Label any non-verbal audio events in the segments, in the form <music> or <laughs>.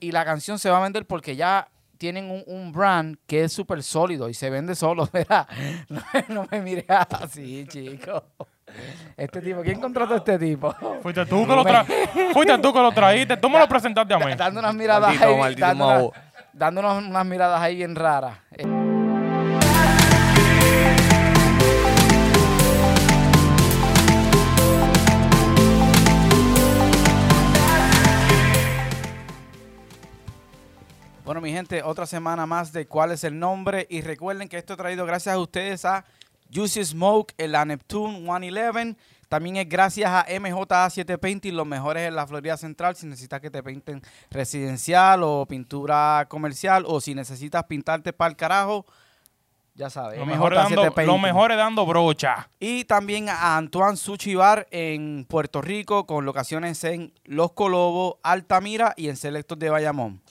y la canción se va a vender porque ya tienen un, un brand que es súper sólido y se vende solo, <laughs> ¿verdad? No, no me mires así, chico. Este tipo, ¿quién contrató a este tipo? Fuiste tú que lo tra- Fuiste tú que lo trajiste. Tú me lo presentaste a mí. <laughs> Dando unas miradas Maldito, ahí. maldito dando unas- mago. dando unas, unas miradas ahí bien raras. Eh, Bueno, mi gente, otra semana más de cuál es el nombre. Y recuerden que esto he traído gracias a ustedes a Juicy Smoke, en la Neptune 111. También es gracias a MJA 7 Painting, los mejores en la Florida Central. Si necesitas que te pinten residencial o pintura comercial, o si necesitas pintarte para el carajo, ya sabes. Lo mejor, es dando, MJA7 lo Painting. mejor es dando brocha. Y también a Antoine Sushi Bar en Puerto Rico, con locaciones en Los Colobos, Altamira y en Selectos de Bayamón.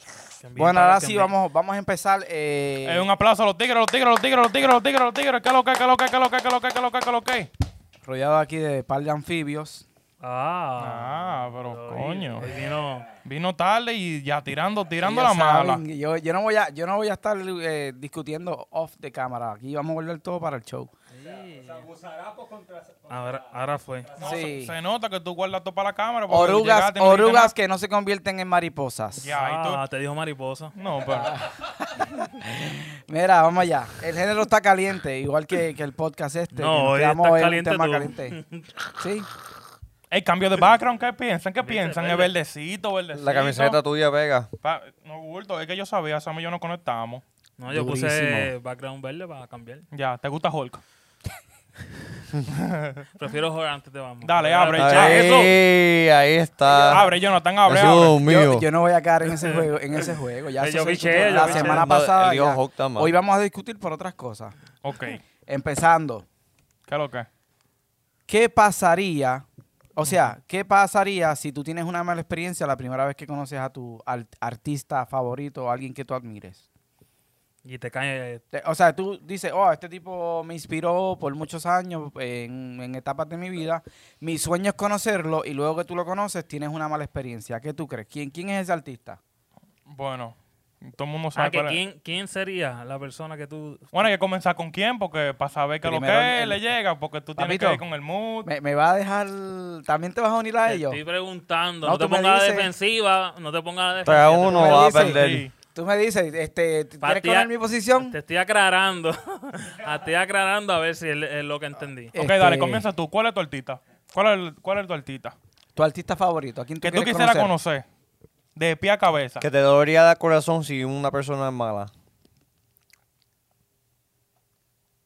Bueno, ahora sí vamos, vamos a empezar. eh, Eh, este un aplauso a los tigres, a los tigres, a los tigres, a los tigres, a los tigres, a los tigres. ¿Qué lo que, qué lo que, qué lo que, qué lo que, qué lo que, qué lo que? rodeado aquí de par de anfibios. Ah, Ah, pero hoy- coño. hoy vino- Vino tarde y ya tirando, tirando Ya la mala. saben, Yo, yo no voy a, yo no voy a estar eh, discutiendo off de cámara. Aquí vamos a volver todo para el show. ahora, ahora fue. No, sí. se, se nota que tú guardas todo para la cámara. porque Orugas, llegaste, no dijiste orugas que no se convierten en mariposas. Ya. y tú- Ah, te dijo mariposa. nada. No, pero. Mira, vamos allá. El género está caliente, igual que, que el podcast este. No, que nos hoy quedamos está en un caliente tema <laughs> tú. caliente. Sí. El cambio de background, ¿qué piensan? ¿Qué piensan? Es verdecito, verdecito. La camiseta tuya pega. Pa- no, bulto, es que yo sabía, Sam y yo no conectamos. No, yo puse Durísimo. background verde para cambiar. Ya, ¿te gusta Hulk? Prefiero jugar antes de vamos. Dale, abre, Dale. ya, Ahí, ahí está. Abre, Jonathan, abre, Jesús abre. mío. Yo, yo no voy a caer en <laughs> ese juego, en ese juego. Ya Yo eso se piché, discutió yo la piché. semana No, pasada. el hijo ya. Hawk está mal. Hoy vamos a discutir por otras cosas. Ok, ¿qué Empezando, es lo que? es? ¿qué pasaría? O sea, ¿qué pasaría si tú tienes una mala experiencia la primera vez que conoces a tu al- artista favorito o alguien que tú admires? Y te cae. eh, Te- O sea, tú dices, oh, este tipo me inspiró por muchos años en, en etapas de mi vida. Mi sueño es conocerlo y luego que tú lo conoces tienes una mala experiencia. ¿Qué tú crees? ¿Quién, quién es ese artista? Bueno, todo el mundo Ah, sabe que cuál es. quién, ¿Quién sería la persona que tú. Bueno, hay que comenzar con quién, porque para saber qué es lo Primero que es, el- le llega, porque tú tienes Papito. que ir con el mood. ¿Me, me va a dejar... ¿También te vas a unir a Te ellos? estoy preguntando. No, No, tú te me pongas dices- defensiva. No te pongas Tres a defensiva. uno, me va a dices. perder. Sí. Tú me dices, este, ¿tú ¿quieres Partía- coger mi posición? este, Te estoy aclarando. <laughs> estoy aclarando a ver si es, es lo que entendí. Ok, Este- dale, comienza tú. ¿Cuál es tu artista? ¿Cuál es, el- cuál es tu artista? ¿Tu artista favorito? ¿A quién tú Que tú quieres quisieras conocer? conocer. De pie a cabeza. Que te dolería dar corazón si una persona es mala.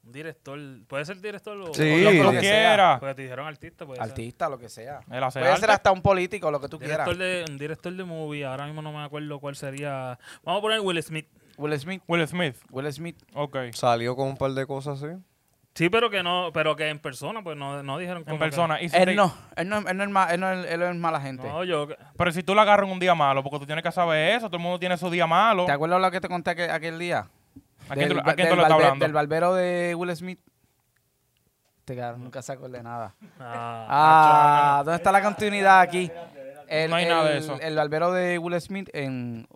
Un director. ¿Puede ser director o.? Sí. Lo que Lo tú que sea. quieras. Porque te dijeron artista. Puede ser. Artista, lo que sea. El hacer Puede arte. ser hasta un político, lo que tú quieras. Director de, un director de movie, ahora mismo no me acuerdo cuál sería. Vamos a poner Will Smith. Will Smith. Will Smith. Will Smith. Ok. Salió con un par de cosas así. Sí, pero que no, pero que en persona, pues no, no dijeron como En que- persona. Y si te- Él no, él no, él no es, ma- él no es- él no es mala gente. No, yo Pero si tú la agarras en un día malo, porque tú tienes que saber eso, todo el mundo tiene su día malo. ¿Te acuerdas lo que te conté aquel, aquel día? ¿A quién tú, Del a ba- quién tú del le estás barbe- hablando? Del barbero de Will Smith. Te quedaron, nunca se acordé de nada. ah, Ah, ¿dónde está la continuidad aquí? El- No hay nada de el- eso. El barbero de Will Smith en...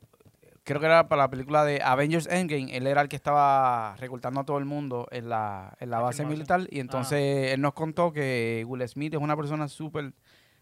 Creo que era para la película de Avengers Endgame. Él era el que estaba reclutando a todo el mundo en la, en la base filmación. militar. Y entonces él nos contó que Will Smith es una persona súper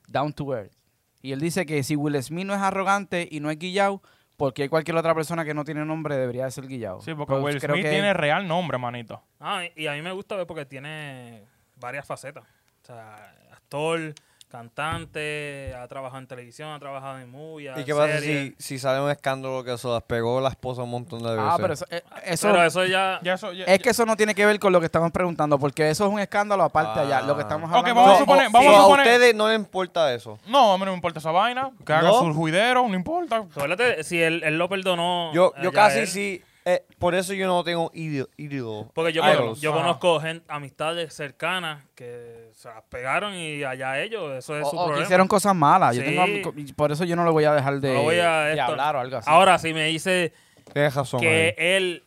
down to earth. Y él dice que si Will Smith no es arrogante y no es guillao, porque cualquier otra persona que no tiene nombre debería de ser guillao. Sí, porque Pues Will creo Smith que- tiene real nombre, manito. ah, y a mí me gusta ver porque tiene varias facetas. O sea, actor, cantante, ha trabajado en televisión, ha trabajado en movie, ¿Y qué pasa si, si sale un escándalo que se las pegó la esposa un montón de veces? Ah, pero eso... eh, eso- Pero eso ya, Ya eso- ya- Es que eso no tiene que ver con lo que estamos preguntando, porque eso es un escándalo aparte allá. Lo que estamos Ah. Ok, hablando. vamos a es- suponer- o- vamos a o suponer- ustedes no les importa eso. No, a mí no me importa esa vaina. Que haga ¿No? su juidero, no importa. Acuérdate, si él, él lo perdonó. Yo, eh, yo ya casi él- sí. eh, por eso yo no tengo ídolo. ídolo- Porque yo, idols. yo Ajá. conozco gente, amistades cercanas que se las pegaron y allá ellos, eso es o- su o que problema. hicieron cosas malas. Yo Sí. tengo am- co- y por eso yo no lo voy a dejar de, No lo voy a de esto. hablar o algo así. Ahora, si me dice Tienes razón. que ahí. él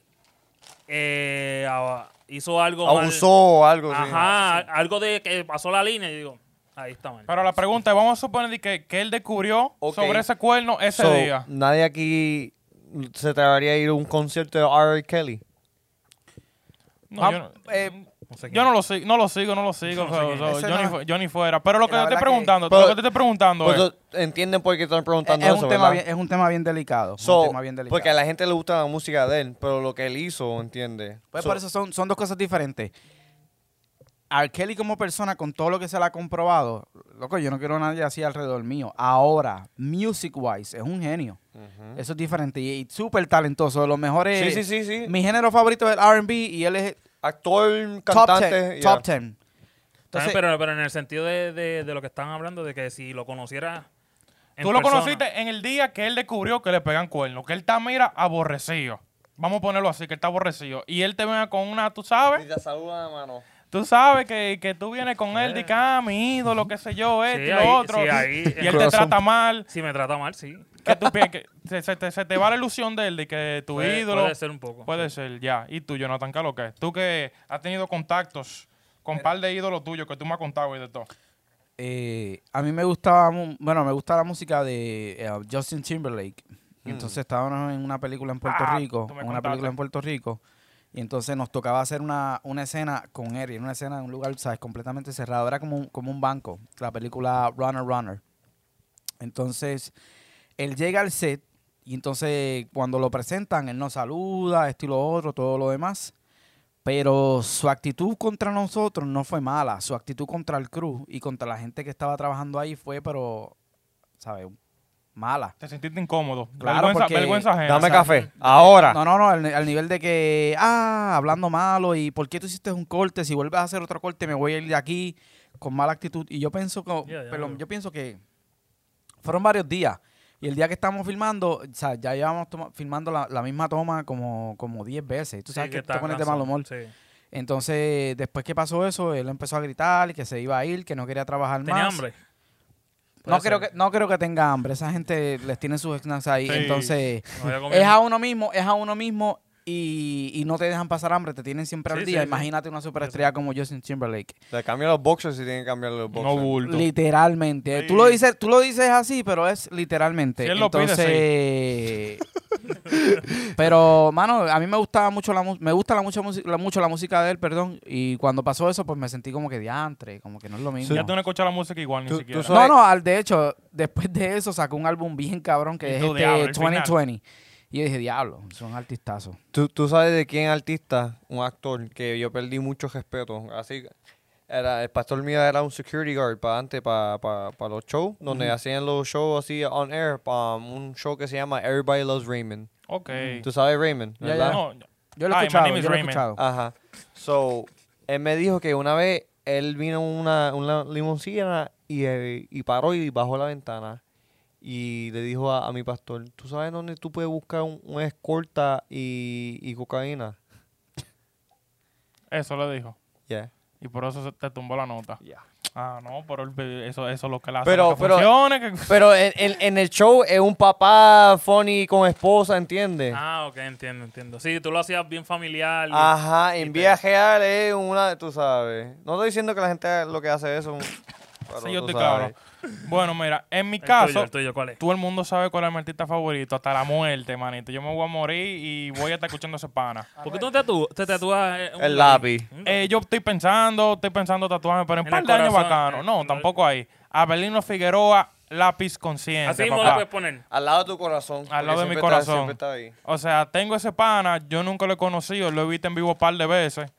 eh, a- hizo algo mal- Abusó o algo. sí. Ajá, algo de que pasó la línea. Yo digo, Ahí está mal. Pero la pregunta es, vamos a suponer que, que él descubrió Ok. sobre ese cuerno ese So, día. Nadie aquí se atrevería a ir a un concierto de R. Kelly. No, Ah, yo, no, eh, No sé yo quién. no lo sigo, no lo sigo, no lo sigo. No sé so- quién so, es. Ese yo, ni, no- fu- yo ni fuera. Pero lo que La te estoy verdad que- preguntando, Pero- lo que te estoy preguntando es... Pues, Entienden por qué están preguntando es, eso, un tema ¿verdad? bien, es un tema bien delicado. So, un tema bien delicado. porque a la gente le gusta la música de él, pero lo que él hizo, ¿entiendes? Pues So, por eso son, son dos cosas diferentes. A Kelly como persona, con todo lo que se le ha comprobado, loco, yo no quiero a nadie así alrededor mío. Ahora, music wise, es un genio. Eso es diferente. Y, y súper talentoso. De los mejores. Sí, sí, sí, sí. Mi género favorito es el RB y él es Actor, top cantante. 10. yeah. Top 10. También, Entonces, pero, pero en el sentido de, de- de lo que están hablando, de que si lo conociera. en Tú lo persona- conociste en el día que él descubrió que le pegan cuernos, que él está, mira, aborrecido. Vamos a ponerlo así, que él está aborrecido. Y él te viene con una, tú sabes, Y te saluda de mano. tú sabes que, que tú vienes con él, de que, ah, mi ídolo, qué sé yo, esto y Eh. Sí, lo ahí- otro. sí, ahí- y él te trata mal, Si me trata mal, sí. que tú piensas, que se, se te, se te va la ilusión de él, de que tu Puede, ídolo... puede ser un poco. Puede ser, ya. Y tú, Jonathan, ¿qué es lo que es? Tú que has tenido contactos con un par de ídolos tuyos que tú me has contado y de todo. eh, a mí me gustaba, mu- bueno, me gusta la música de eh, Justin Timberlake. Y entonces estábamos en una película en Puerto Ah, Rico, tú me en una contaste. película en Puerto Rico, y entonces nos tocaba hacer una, una escena con él, y era una escena en un lugar, sabes, completamente cerrado, era como un, como un banco, la película Runner Runner. Entonces, él llega al set, y entonces cuando lo presentan, él nos saluda, esto y lo otro, todo lo demás. Pero su actitud contra nosotros no fue mala. Su actitud contra el crew y contra la gente que estaba trabajando ahí fue, pero, ¿sabes? Mala. Te sentiste incómodo. Claro, vergüenza, porque- vergüenza ajena. Dame O sea, café. Ahora. No, no, no, al, ni- al nivel de que, ah, hablando malo y ¿por qué tú hiciste un corte? Si vuelves a hacer otro corte me voy a ir de aquí con mala actitud. Y yo pienso que, Ya, ya perdón, veo. yo pienso que fueron varios días. Y el día que estábamos filmando, o sea, ya llevamos toma- filmando la, la misma toma como como 10 veces. Tú Sí, sabes que, tú está te pones de cansado. mal humor. Sí. Entonces, después que pasó eso, él empezó a gritar que se iba a ir, que no quería trabajar Tenía más. <laughs> hambre. No Puede creo, ser. que, no creo que tenga hambre. Esa gente les tiene sus snacks ahí. Sí. Entonces, No había comido. es a uno mismo, es a uno mismo y, y no te dejan pasar hambre. Te tienen siempre al Sí, día. sí, sí. Imagínate una superestrella como Justin Timberlake. Le cambian los boxers si tienen que cambiarle los No boxers. bulto. Literalmente. Tú lo dices, tú lo dices así, pero es literalmente. Si él lo pide, Entonces, <laughs> pero mano, a mí me gustaba mucho la mu- me gusta la mucha musi- la- mucho la música de él, perdón, y cuando pasó eso pues me sentí como que diantre, como que no es lo mismo. Ya tú no escuchas la música igual ni Tú- tú siquiera. sabes- No, no, al de hecho, después de eso sacó un álbum bien cabrón Y que es tú, este diablo, el final. 2020. Y yo dije, diablo, son artistazos. ¿Tú, tú sabes de quién artista, un actor, que yo perdí mucho respeto. Así, era, el pastor mío era un security guard para antes, para, para, para los shows, donde hacían los shows así on air, para un show que se llama Everybody Loves Raymond. Ok. Mm. ¿Tú sabes Raymond? Ya, ¿verdad? ya. No, Yo lo he Hi, my escuchado, name is yo lo he Raymond. escuchado. Ajá. So, él me dijo que una vez él vino en una, una limoncina y, eh, y paró y bajó la ventana. Y le dijo a, a mi pastor, ¿tú sabes dónde tú puedes buscar un, un escolta y, y cocaína? eso le dijo. Yeah. Y por eso se te tumbó la nota. Yeah. Ah, no, pero el- eso, eso es lo que la hace. Pero- que pero- funcione, que- <laughs> Pero en, en- en el show es un papá funny con esposa, ¿entiendes? Ah, ok, entiendo, entiendo. Sí, tú lo hacías bien familiar. y- Ah, Ajá, en y vida real es una, tú sabes. No estoy diciendo que la gente lo que hace eso. pero Sí, yo tú estoy sabes. claro. Bueno, mira, en mi El tuyo, caso, el tuyo, ¿cuál es? todo el mundo sabe cuál es mi artista favorito, hasta la muerte, manito. Yo me voy a morir y voy a estar escuchando ese pana. ¿Por qué tú te, tatu- te tatúas eh, un El lápiz. Eh, yo estoy pensando, estoy pensando tatuaje, pero en, En par el de años corazón, bacano. eh, No, en- tampoco ahí. Abelino Figueroa, lápiz consciente. Así mismo papá. lo puedes poner. Al lado de tu corazón. porque Al lado de mi siempre está- corazón. siempre está ahí. O sea, tengo ese pana, yo nunca lo he conocido, lo he visto en vivo un par de veces.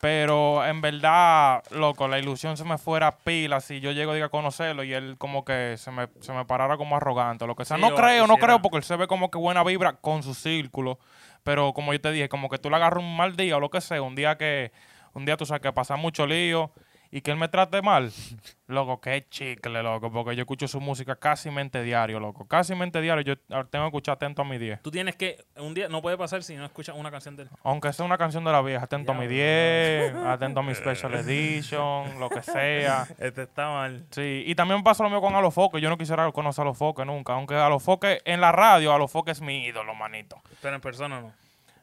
Pero en verdad, loco, la ilusión se me fuera a pila si yo llego diga, a conocerlo y él como que se me, se me parara como arrogante. Lo que sea, Sí, no o creo, no quisiera. creo, porque él se ve como que buena vibra con su círculo. Pero como yo te dije, como que tú le agarras un mal día o lo que sea, un día que, un día tú sabes que pasa mucho lío y que él me trate mal. <laughs> Loco, qué chicle, loco, porque yo escucho su música casi mente diario, loco. Casi mente diario, yo ah, tengo que escuchar atento a mi 10. Tú tienes que, un día, no puede pasar si no escuchas una canción de él. Aunque sea una canción de la vieja, atento a mi Diablo. <laughs> 10, atento a mi Eh. special edition, lo que sea. Este está mal. Sí, y también pasa lo mismo con Alofoque. Yo no quisiera conocer a Alofoque nunca. Aunque Alofoque en la radio, Alofoque es mi ídolo, manito. Pero en persona no.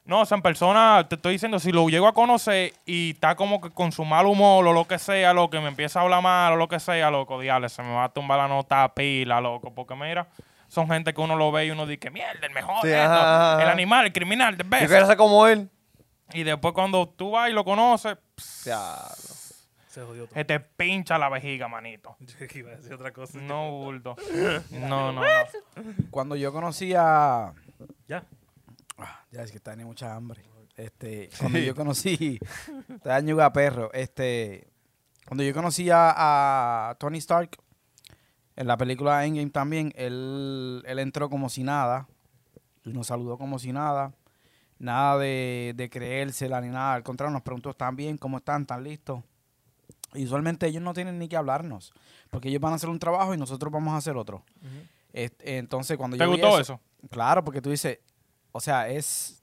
No, o sea, en persona, te estoy diciendo, si lo llego a conocer y está como que con su mal humor o lo que sea, lo que me empieza a hablar mal o lo que sea, loco, diale, se me va a tumbar la nota a pila, loco, porque mira, son gente que uno lo ve y uno dice, mierda, el mejor, Sí, esto, ajá, ajá. el animal, el criminal, el Yo beso. quiero ser como él. Y después cuando tú vas y lo conoces, pss, Ah, Diablo. Se jodió todo. se te pincha la vejiga, manito. <laughs> Yo que iba a decir otra cosa. No, bulto. No, no, no. Cuando yo conocí a... Ya. Ah, Ya es que tenía mucha hambre. <laughs> Este, cuando yo conocí, te da ñuga perro. Este, cuando yo conocí a, a Tony Stark, en la película Endgame también, él, él entró como si nada. Y nos saludó como si nada. Nada de, de creérsela ni nada. Al contrario, nos preguntó, ¿están bien? ¿Cómo están? ¿Están listos? Y usualmente ellos no tienen ni que hablarnos. Porque ellos van a hacer un trabajo y nosotros vamos a hacer otro. Este, entonces, cuando ¿Te yo vi gustó eso- eso? Claro, porque tú dices, o sea, es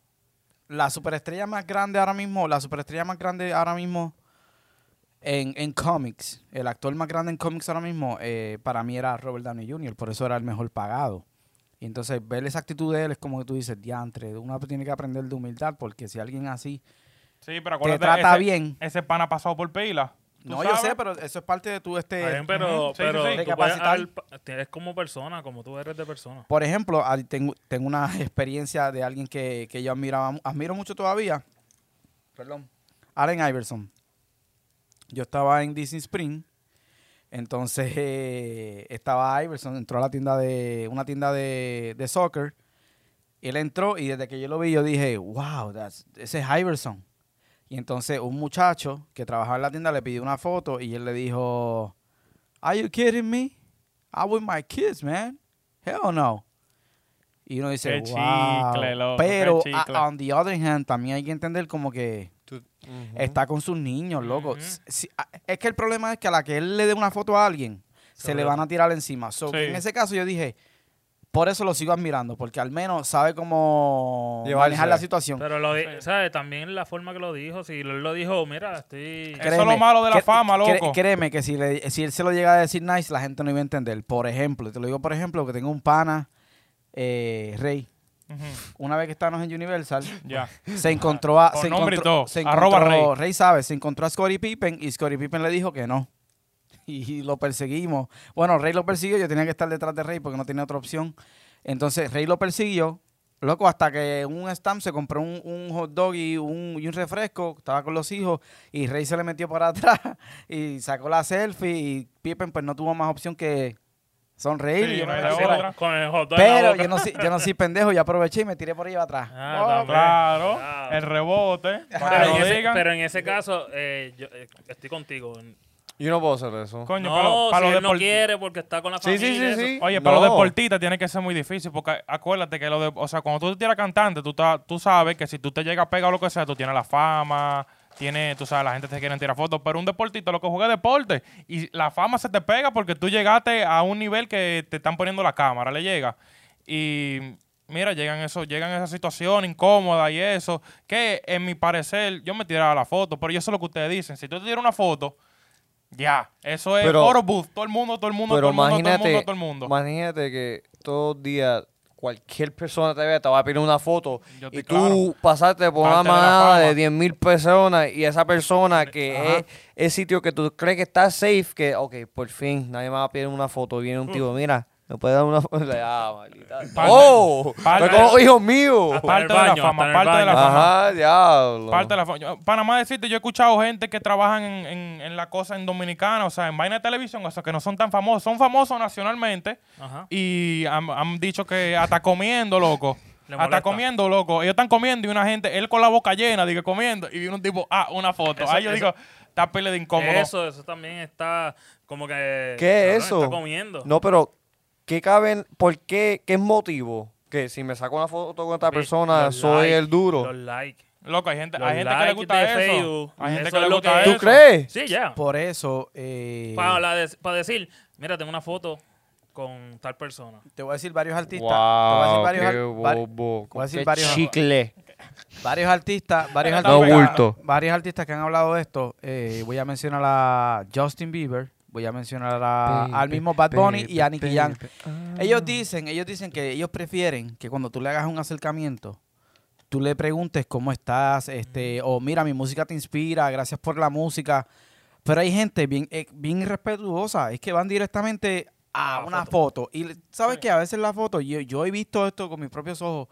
la superestrella más grande ahora mismo, la superestrella más grande ahora mismo en, en cómics, el actor más grande en cómics ahora mismo, eh, para mí era Robert Downey Jr., por eso era el mejor pagado. Y entonces ver esa actitud de él es como que tú dices, diantre, uno tiene que aprender de humildad, porque si alguien así... Sí, pero acuérdate. trata ese, bien. Ese pana ha pasado por pila. ¿Tú No, yo sabes? sé, pero eso es parte de tu... Este, Está bien, pero, Ujú. Sí, pero sí, sí. tú puedes Recapacitar. al- pa- eres como persona, como tú eres de persona. Por ejemplo, al- tengo, tengo una <laughs> experiencia de alguien que, que yo admiraba, mu- admiro mucho todavía. Perdón. Allen Iverson. Yo estaba en Disney Spring. Entonces <laughs> eh, estaba Iverson, entró a la tienda de una tienda de, de soccer. Él entró y desde que yo lo vi yo dije, wow, that's- ese es Iverson. Y entonces un muchacho que trabajaba en la tienda le pidió una foto y él le dijo, Are you kidding me? I'm with my kids, man. Hell no. Y uno dice, Qué wow. chicle, loco, qué Pero a- chicle. on the other hand, también hay que entender como que está con sus niños, loco. Ujú. S- si- a- es que el problema es que a la que él le dé una foto a alguien, se, Se le lo- van a tirar encima. So, Sí. En ese caso yo dije, por eso lo sigo admirando, porque al menos sabe cómo Llevarse. manejar la situación. Pero lo di- ¿sabes? También la forma que lo dijo, si él lo dijo, mira, estoy... Eso es lo malo de la cre- fama, cre- loco. Créeme que si, le- si él se lo llega a decir nice, la gente no iba a entender. Por ejemplo, te lo digo por ejemplo, que tengo un pana, eh, Rey, Ujú, una vez que estábamos en Universal, <laughs> Ya. se encontró a... Con se nombre y encontró- todo. se Arroba encontró- Rey sabe, se encontró a Scottie Pippen y Scottie Pippen le dijo que no. <laughs> Y lo perseguimos. Bueno, Rey lo persiguió, yo tenía que estar detrás de Rey porque no tenía otra opción. Entonces Rey lo persiguió, loco, hasta que en un stamp se compró un, un hot dog y un, y un refresco, estaba con los hijos, y Rey se le metió por <laughs> atrás y sacó la selfie y Pippen pues no tuvo más opción que sonreír. Sí, y yo me no quedé hay así, otra. like, Con el hot dog en la pero boca. yo no, soy, yo no soy pendejo y aproveché y me tiré por ahí atrás. Ah, Oh, también. Claro. Claro. El rebote. Para Pero que en, lo ese, digan. pero en ese caso, eh, yo eh, estoy contigo. Yo no puedo hacer eso. Coño, para no, lo- para si los él no deport- quiere porque está con la Sí, sí, familia. sí, eso. sí. Oye, para los No. deportistas tiene que ser muy difícil porque acuérdate que lo de, o sea, cuando tú te tiras cantante, tú, ta- tú sabes que si tú te llegas a pegar o lo que sea, tú tienes la fama, tienes, tú sabes, la gente te quiere tirar fotos, pero un deportista lo que juega es deporte y la fama se te pega porque tú llegaste a un nivel que te están poniendo la cámara, le llega. Y mira, llegan eso, llegan esa situación incómoda y eso, que en mi parecer yo me tiraba la foto, pero yo sé lo que ustedes dicen, si tú te tiras una foto ya, eso es Pero- oro booth, todo el mundo, todo el mundo, todo Pero el mundo, todo el imagínate, mundo, todo el mundo. imagínate que todos los días cualquier persona te vea, te va a pedir una foto Yo y estoy tú claro. pasaste por una Parte de la manada fama. de 10.000 mil personas y esa persona que es el sitio que tú crees que está safe, que, ok, por fin, nadie me va a pedir una foto, viene un tío, mira. ¿Me puede dar una foto? <laughs> Ah, maldita. Mm. Parte- ¡Oh! parte- ¡Me como los hijos míos! Hasta en el Parte de la baño, fama, hasta en el parte de la baño. fama. Ajá, diablo. Parte de la fa- yo- Panamá decirte, yo he escuchado gente que trabajan en, en- en la cosa en Dominicana, o sea, en vaina de televisión, o sea, que no son tan famosos, son famosos nacionalmente Ajá. y han, han dicho que hasta comiendo, loco. <laughs> Le Hasta molesta. comiendo, loco. Ellos están comiendo y una gente, él con la boca llena, digo, comiendo, y viene un tipo, ah, una foto. Eso- Ahí yo eso- digo, está pele de incómodo. Eso, eso también está como que... ¿Qué Eh, cabrón, es eso? Está comiendo. No, pero ¿qué caben? ¿Por qué? ¿Qué es motivo? Que si me saco una foto con esta Ve, persona, los soy like, el duro. Los likes. Loco, hay gente, Los hay gente que le likes gusta eso. de Facebook, hay gente eso que es le lo gusta que- eso. ¿Tú crees? Sí, ya. Por eso... eh, Para, la de- para decir, mira, tengo una foto con tal persona. Te voy a decir varios artistas. Wow, te voy a decir qué varios, ar- va- bobo. voy a decir Qué varios- chicle. varios artistas, varios No artistas, bulto. varios artistas que han hablado de esto. Eh, voy a mencionar a Justin Bieber, voy a mencionar a- al mismo Bad Bunny y a Nicky Mm. Jam. Ellos dicen, ellos dicen que ellos prefieren que cuando tú le hagas un acercamiento, tú le preguntes cómo estás, este, Mm. o mira, mi música te inspira, gracias por la música. Pero hay gente bien, eh, bien irrespetuosa, es que van directamente a A la una foto. foto. Y le- sabes Sí. que a veces la foto, yo, yo he visto esto con mis propios ojos,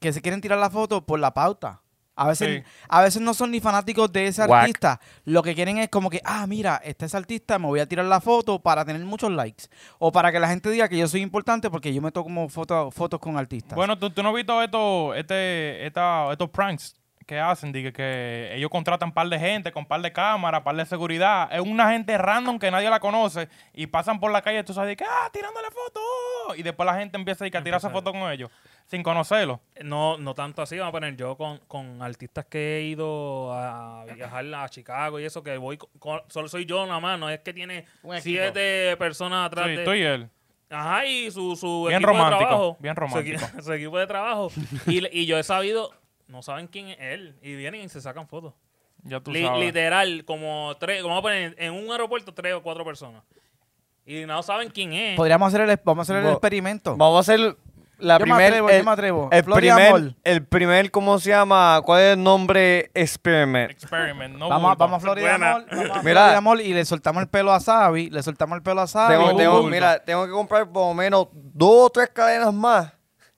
que se quieren tirar la foto por la pauta. A veces, Sí. a veces no son ni fanáticos de ese Whack. artista. Lo que quieren es como que, ah, mira, está ese artista, me voy a tirar la foto para tener muchos likes. O para que la gente diga que yo soy importante porque yo me tomo foto- fotos con artistas. Bueno, ¿tú, tú no has visto esto, este, esta- estos pranks que hacen, Diga que ellos contratan par de gente con par de cámaras, par de seguridad. Es una gente random que nadie la conoce y pasan por la calle, tú sabes, de que, ah, tirándole fotos. Y después la gente empieza de que, a tirarse Empieza- fotos con ellos sin conocerlos. No, no tanto así, vamos a poner yo con, con artistas que he ido a viajar a Chicago y eso, que voy, con- con- solo soy yo nada más, no es que tiene Un equipo. siete personas atrás Sí, de... tú y él. Ajá, y su, su Bien equipo romántico, de trabajo. bien Su equi- romántico. <laughs> Su, equipo de trabajo. Y, le- y yo he sabido, no saben quién es él, y vienen y se sacan fotos. Ya tú Li- sabes. literal, como tres, como vamos a poner en un aeropuerto tres o cuatro personas. Y no saben quién es. Podríamos hacer el, vamos a hacer el Bo- experimento. Vamos a hacer la Yo me primera. atrevo, yo me atrevo. El Flor y amor. primer, el primer, ¿cómo se llama? ¿Cuál es el nombre? Experiment. Experiment, no vamos, a- bulto. vamos a Florida Buena. Mall, vamos a Mira. Florida Mall y le soltamos el pelo a Sabi, le soltamos el pelo a Sabi. Tengo, un tengo- bulto. mira, tengo que comprar por lo menos dos o tres cadenas más.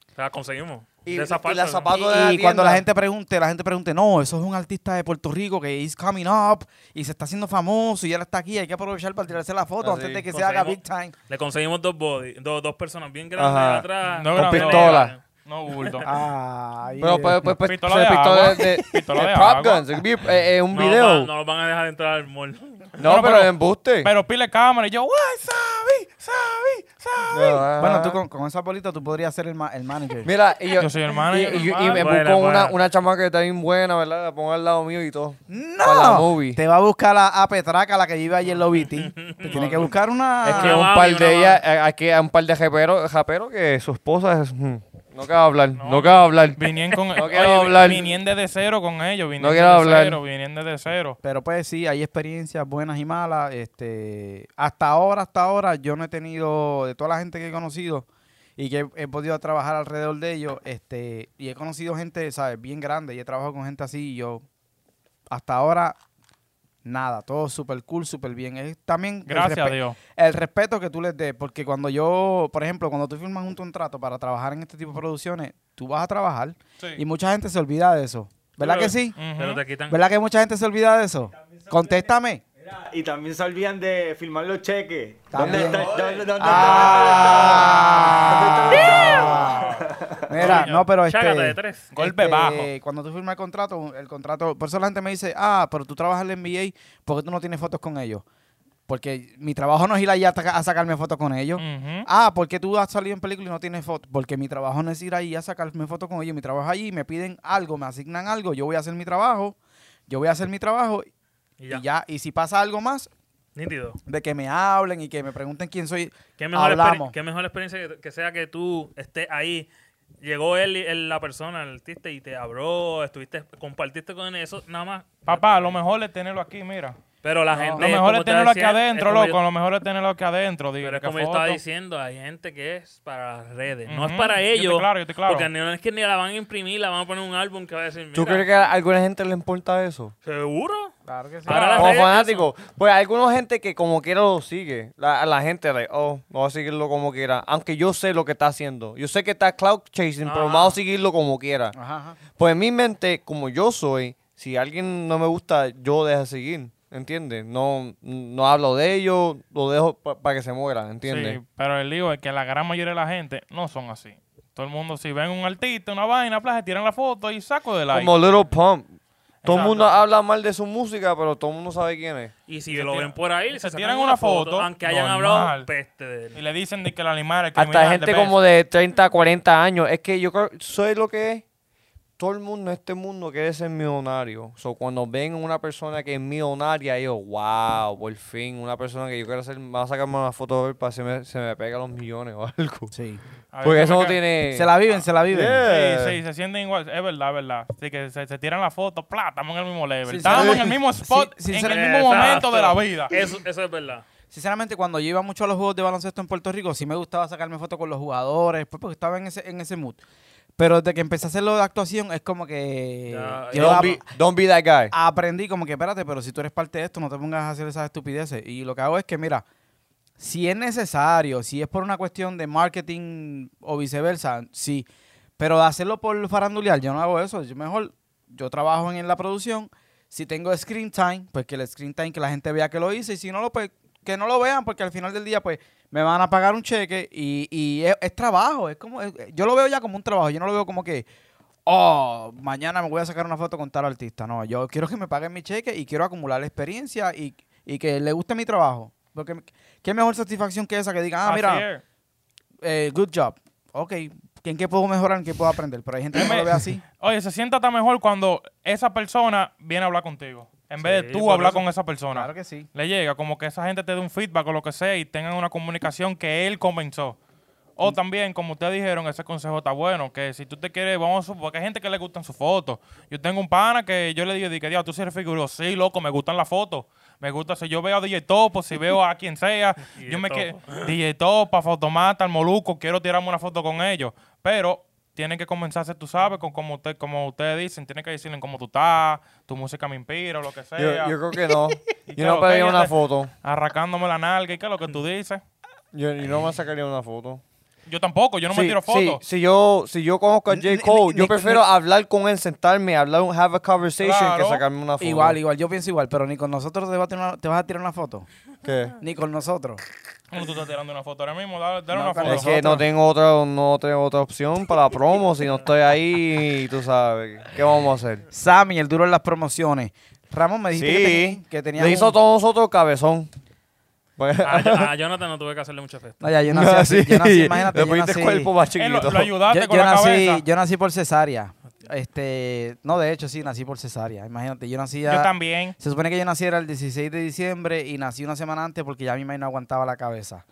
<laughs> La conseguimos. Y- De esas y las falsas, ¿no? zapatos- de la y tienda. cuando la gente pregunte, la gente pregunte, no, eso es un artista de Puerto Rico que is coming up y se está haciendo famoso y ahora está aquí, hay que aprovechar para tirarse la foto Así. antes de que se haga big Conseguimos- time. Le conseguimos dos body, dos, dos personas bien grandes Ajá. atrás. No, Con no, no. pistola. Ah, No bulto. Ay, Pero eh. pues, pues, pues, Pistola se- de pistola agua. de, de- Pistola de de prop agua. guns. Es eh, eh, un No los video. van- No los van a dejar entrar al mall. No, Bueno, pero, pero- embuste. Pero pile cámara y yo, ¡Ay, Sabi! ¡Sabi! ¡Sabi! Ajá. Bueno, tú con, con esa bolita tú podrías ser el, ma- el manager. Mira, y yo, Yo soy el manager, y- y- y hermano. me Buena, busco una, buena. una chamaca que está bien buena, ¿verdad? La pongo al lado mío y todo. Para la ¡No! movie. Te va a buscar la a Petraca, la que vive allí en Lobiti. Te tiene que buscar una... Es que Una un mami, par una de ellas, eh, aquí hay un par de japeros, japeros que su esposa es. mm, No quiero hablar, no, No. quiero hablar. Vinieron con No quiero hablar. Viniendo de cero con ellos. Vinieron No quiero de hablar. cero, viniendo de cero. Pero pues sí, hay experiencias buenas y malas. Este, hasta ahora, hasta ahora, yo no he tenido, de toda la gente que he conocido y que he, he podido trabajar alrededor de ellos, este, y he conocido gente, ¿sabes? Bien grande y he trabajado con gente así y yo, hasta ahora, nada, todo súper cool, súper bien. Es también el Gracias a respe- Dios. el respeto que tú les des, porque cuando yo, por ejemplo, cuando tú firmas un contrato para trabajar en este tipo de producciones, tú vas a trabajar y mucha gente se olvida de eso. ¿Verdad que Claro. sí? Ujú. Pero te quitan. ¿Verdad que mucha gente se olvida de eso? Contéstame. Mira, y también se olvidan de firmar los cheques. ¿Dónde También. está? ¿Dónde, dónde Ah. Mira, Coño. no, pero este... Chágate de tres. Golpe este, bajo. Cuando tú firmas el contrato, el contrato... Por eso la gente me dice, ah, pero tú trabajas en la NBA, ¿por qué tú no tienes fotos con ellos? Porque mi trabajo no es ir allá a saca- a sacarme fotos con ellos. Ujú. Ah, ¿por qué tú has salido en película y no tienes fotos? Porque mi trabajo no es ir ahí a sacarme fotos con ellos. Mi trabajo es allí, me piden algo, me asignan algo, yo voy a hacer mi trabajo, yo voy a hacer mi trabajo Y ya. y ya. Y si pasa algo más, Nítido. de que me hablen y que me pregunten quién soy. ¿Qué mejor, exper- Hablamos. qué mejor experiencia que, que sea que tú estés ahí? Llegó él, él, la persona, el artista, y te habló, estuviste, compartiste con él, eso nada más. Papá, lo mejor es tenerlo aquí, mira. Pero la No, gente. Lo mejor Eh, como es te tenerlo aquí decía, adentro, es como loco. yo- Lo mejor es tenerlo aquí adentro. Digo, Pero es que como yo estaba foto. diciendo, hay gente que es para las redes, no Ujú. es Yo para te ellos. claro, yo te claro. Porque no es que ni la van a imprimir, la van a poner en un álbum que va a decir. ¿Tú mira, crees que a alguna gente le importa eso? ¿Seguro? Claro que sí. Ahora las Como redes fanático. Pues hay alguna gente que como quiera lo sigue. La, la gente, like, oh, vamos a seguirlo como quiera. Aunque yo sé lo que está haciendo. Yo sé que está cloud chasing, pero Ah. vamos a seguirlo como quiera. Ajá, ajá. Pues en mi mente, como yo soy, si alguien no me gusta, yo dejo de seguir. ¿Entiendes? No, no hablo de ellos, lo dejo para que se muera. ¿Entiendes? Sí, pero el lío es que la gran mayoría de la gente no son así. Todo el mundo, si ven un artista, una vaina, plaza, tiran la foto y saco de like. Como Little Pump. Todo el Exacto. mundo habla mal de su música, pero todo el mundo sabe quién es. Y si se lo tira- ven por ahí, se se, sacan tiran una foto, aunque hayan normal. hablado peste de Y él. le dicen de que el animal es Hasta criminal, the gente best. como de 30, 40 años. Es que yo creo, soy lo que es. Todo el mundo en este mundo quiere ser millonario. So, cuando ven una persona que es millonaria, ellos, wow, por fin, una persona que yo quiero ser, va a sacarme una foto de él para que se me, se me pega los millones o algo. Sí. A ver, Porque se eso me no cae- tiene. Se la viven, se la viven. Yeah. Sí, sí, se sienten igual. Es verdad, es verdad. Así que se, se tiran la foto, plata, estamos en el mismo level. Sí, estamos sí. en el mismo spot, Sí, sí, en sí. el mismo momento de la vida. Eso, eso es verdad. Sinceramente, cuando yo iba mucho a los juegos de baloncesto en Puerto Rico, sí me gustaba sacarme fotos con los jugadores, pues porque estaba en ese, en ese mood. Pero desde que empecé a hacer lo de actuación, es como que. Ya, yo don't, a- be, don't be that guy. aprendí como que, espérate, pero si tú eres parte de esto, no te pongas a hacer esas estupideces. Y lo que hago es que, mira, si es necesario, si es por una cuestión de marketing o viceversa, sí. Pero de hacerlo por farandulear, yo no hago eso. Yo mejor, yo trabajo en la producción. Si tengo screen time, pues que el screen time, que la gente vea que lo hice. Y si no, lo, pues que no lo vean, porque al final del día, pues me van a pagar un cheque. Y, y es, es trabajo. Es como, es- yo lo veo ya como un trabajo. Yo no lo veo como que, oh, mañana me voy a sacar una foto con tal artista. No, yo quiero que me paguen mi cheque y quiero acumular la experiencia y, y que le guste mi trabajo. Porque qué mejor satisfacción que esa que digan, ah, Así mira, es. eh, good job. Ok, ¿en qué puedo mejorar? ¿En qué puedo aprender? Pero hay gente que no lo ve así. Oye, se sienta tan mejor cuando esa persona viene a hablar contigo. En vez de Sí, tú por hablar eso. con esa persona. Claro que sí. Le llega como que esa gente te dé un feedback o lo que sea y tengan una comunicación que él comenzó. O también, como ustedes dijeron, ese consejo está bueno, que si tú te quieres, vamos a suponer, porque hay gente que le gustan sus fotos. Yo tengo un pana que yo le digo, di que diablo, tú sí eres figuroso, sí, loco, me gustan las fotos. Me gusta, si yo veo a DJ Topo, si veo a quien sea, yo me quedo, DJ Topa, Fotomata, el Moluco, quiero tirarme una foto con ellos. Pero tienen que comenzarse, tú sabes, con como, usted, como ustedes dicen, tienen que decirle cómo tú estás, tu música me inspira o lo que sea Yo, yo creo que <laughs> no. Yo no claro, pediría una cállate. foto. arrancándome la nalga y qué es lo que tú dices. Yo, yo no me sacaría una foto. Yo tampoco, yo no me Sí, tiro sí, fotos. si yo, si yo conozco a Ni- J. ni- Cole, yo ni- prefiero ni- hablar con él, sentarme, hablar, un- have a conversation Claro. que sacarme una foto. Igual, igual, yo pienso igual, pero ni con nosotros te vas a tirar una, te vas a tirar una foto. ¿Qué? Ni con nosotros. ¿Cómo tú estás tirando una foto ahora mismo? Dale, dale No, una claro, foto. Es que no tengo otra, no tengo otra opción para promo, si no estoy ahí, tú sabes, ¿qué vamos a hacer? Sammy, el duro en las promociones. Ramón me dijiste que, Sí, ten- que tenía. le un- hizo a todos nosotros cabezón. Ah. <laughs> Pues- A, a Jonathan no tuve que hacerle mucha fiesta. No, <laughs> ya, yo nací así. Yo nací, imagínate. Le yo pusiste nací- cuerpo más Eh, lo, chiquito. lo ayudaste yo, con yo la cabeza. nací, Yo, yo nací por cesárea. Este, no, de hecho, sí, nací por cesárea. Imagínate, yo nací ya. también. Se supone que yo naciera el 16 de diciembre y nací una semana antes porque ya mi madre no aguantaba la cabeza.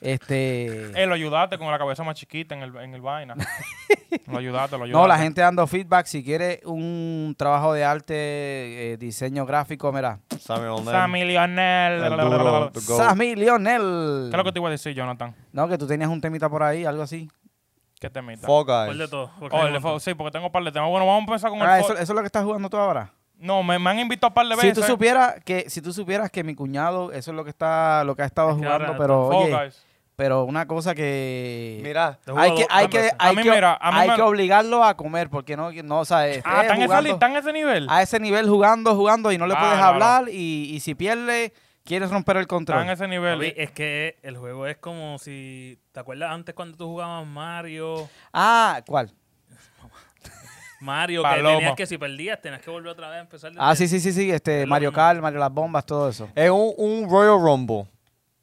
Este, Eh, lo ayudaste con la cabeza más chiquita en el, en el vaina. lo ayudaste, lo ayudaste. no, la gente dando feedback. Si quiere un trabajo de arte, eh, diseño gráfico, mira. Sammy Olner. Sammy Lionel. El la, la, la, la, la. duro. ¿Qué Go. Sammy Lionel. es lo que te iba a decir, Jonathan? No, que tú tenías un temita por ahí, algo así. ¿Qué te mita? Fall ¿Cuál de Guys. todos? Porque Oh, hay el de un montón. fo- sí, porque tengo un par de temas. Bueno, vamos a empezar con Ah, el eso, fo- eso es lo que estás jugando tú ahora. No, me, me han invitado un par de Si veces. tú supieras que, si tú supieras que mi cuñado, eso es lo que está, lo que ha estado Es que ahora jugando, está pero Fall oye, Guys. pero una cosa que Eh, Mira, Te hay jugó que, dos- hay dos que, veces. A hay mí, que, mira, a mí hay me- que obligarlo a comer porque no, no o sea, esté Ah, ¿están en, esa jugando- li- están en ese nivel? a ese nivel jugando, jugando y no le Ah, puedes no, hablar y, y si pierde quieres romper el Están control. en ese Papi, nivel. es que el juego es como si. ¿Te acuerdas antes cuando tú jugabas Mario? Ah, ¿cuál? Mario, Paloma. que tenías que si perdías, tenías que volver otra vez a empezar. desde- Ah, sí, sí, sí, sí, este Mario Kart, Mario las bombas, todo eso. es un, un Royal Rumble.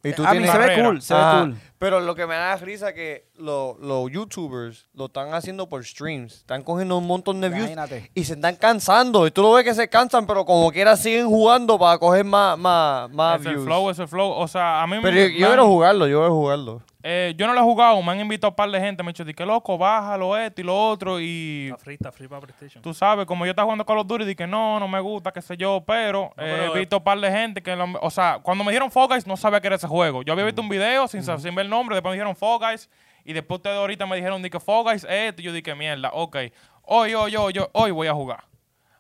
Y tú Eh, a mí tienes- se ve carrera. cool, se ve Ajá. cool. Pero lo que me da risa es que lo- los YouTubers lo están haciendo por streams. Están cogiendo un montón de views Imagínate. y se están cansando. Y tú lo ves que se cansan, pero como quiera siguen jugando para coger más, más, más Es el views. flow, es el flow. O sea, a mí Pero me- yo, me yo han- quiero jugarlo, yo quiero jugarlo. Eh, yo no lo he jugado, me han invitado un par de gente, me han dicho, "Di que loco, bájalo esto y lo otro, y Está free, está free para PlayStation. tú sabes, como yo estaba jugando Call of Duty, dije, no, no me gusta, qué sé yo, pero, No, eh, pero- he visto un par de gente que, lo- o sea, cuando me dijeron Fall Guys, no sabía que era ese juego. Yo había visto un video sin, sa- sin ver el nombre, después me dijeron Fall Guys, y después ustedes ahorita me dijeron, di que Fall Guys es esto, y yo dije, mierda, ok, hoy, hoy, hoy, hoy, hoy voy a jugar,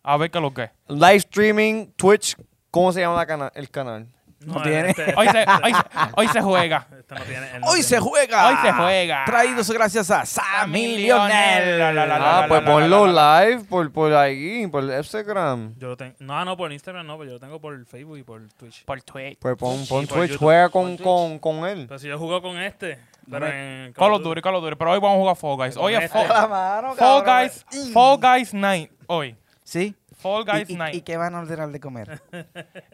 a ver qué es lo que es. Live streaming, Twitch, ¿cómo se llama la cana- el canal? No tiene. Este, Hoy se, hoy se- hoy se juega. este no tiene. él no Hoy tiene. se juega. Hoy se juega. Traídos gracias a Sammy Lionel. La, la, la, la, Ah, la, pues la, la, ponlo la, la. live por, por ahí, por Instagram. Yo lo tengo. No, no, por Instagram no, pero yo lo tengo por Facebook y por Twitch. Por Twitch. Pues pon, pon Sí, por Twitch, YouTube. juega con, con, con él. Pero si yo juego con este. Pero en Call of Duty, Call of Duty. Pero hoy vamos a jugar Fall Guys. Hoy es Este. Fall, <laughs> La mano, Fall Oh, cabrón. Mm. Guys, Fall Guys Night. Hoy. Sí. Fall Guys ¿Y, y- Night. y qué van a ordenar de <laughs> comer?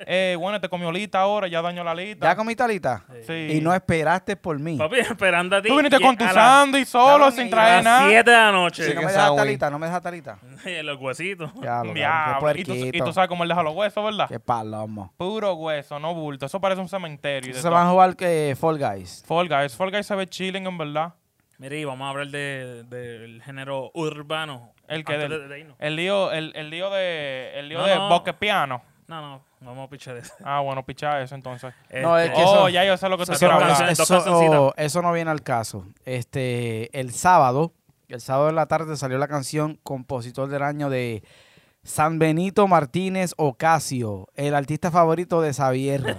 Eh, bueno, te comió lista ahora, ya dañó la lista. ¿Ya comí talita? Sí. Y no esperaste por mí. Papi, <laughs> esperando a ti. Tú viniste y con tu a las- sándwich solo, Cabrón, sin y A traer las nada. 7 de la noche. Si no que <laughs> me dejas sándwich. talita, no me dejas talita. En los huesitos. Diablo, cabrón, Diablo. qué Y tú, y puerquito. tú sabes cómo él deja los huesos, ¿verdad? Qué palomo. Puro hueso, no bulto. Eso parece un cementerio. y de Se van a todo. jugar que Fall Guys. Fall Guys. Fall Guys se ve chilling, en verdad. Mire, y vamos a hablar de- del género urbano. El que Antes del- de- de irnos. El lío, el, el lío de, el lío No, de no. bosque piano. No, no, vamos a pichar eso. Ah, bueno, picha eso entonces. <laughs> No, es Este, que <laughs> oh, eso- ya yo sé lo que Eso, te quiero no, hablar. canciones, dos eso- cancioncitas. eso no viene al caso. Este, el sábado El sábado en la tarde salió la canción Compositor del Año de San Benito Martínez Ocasio, el artista favorito de <laughs> Xavier.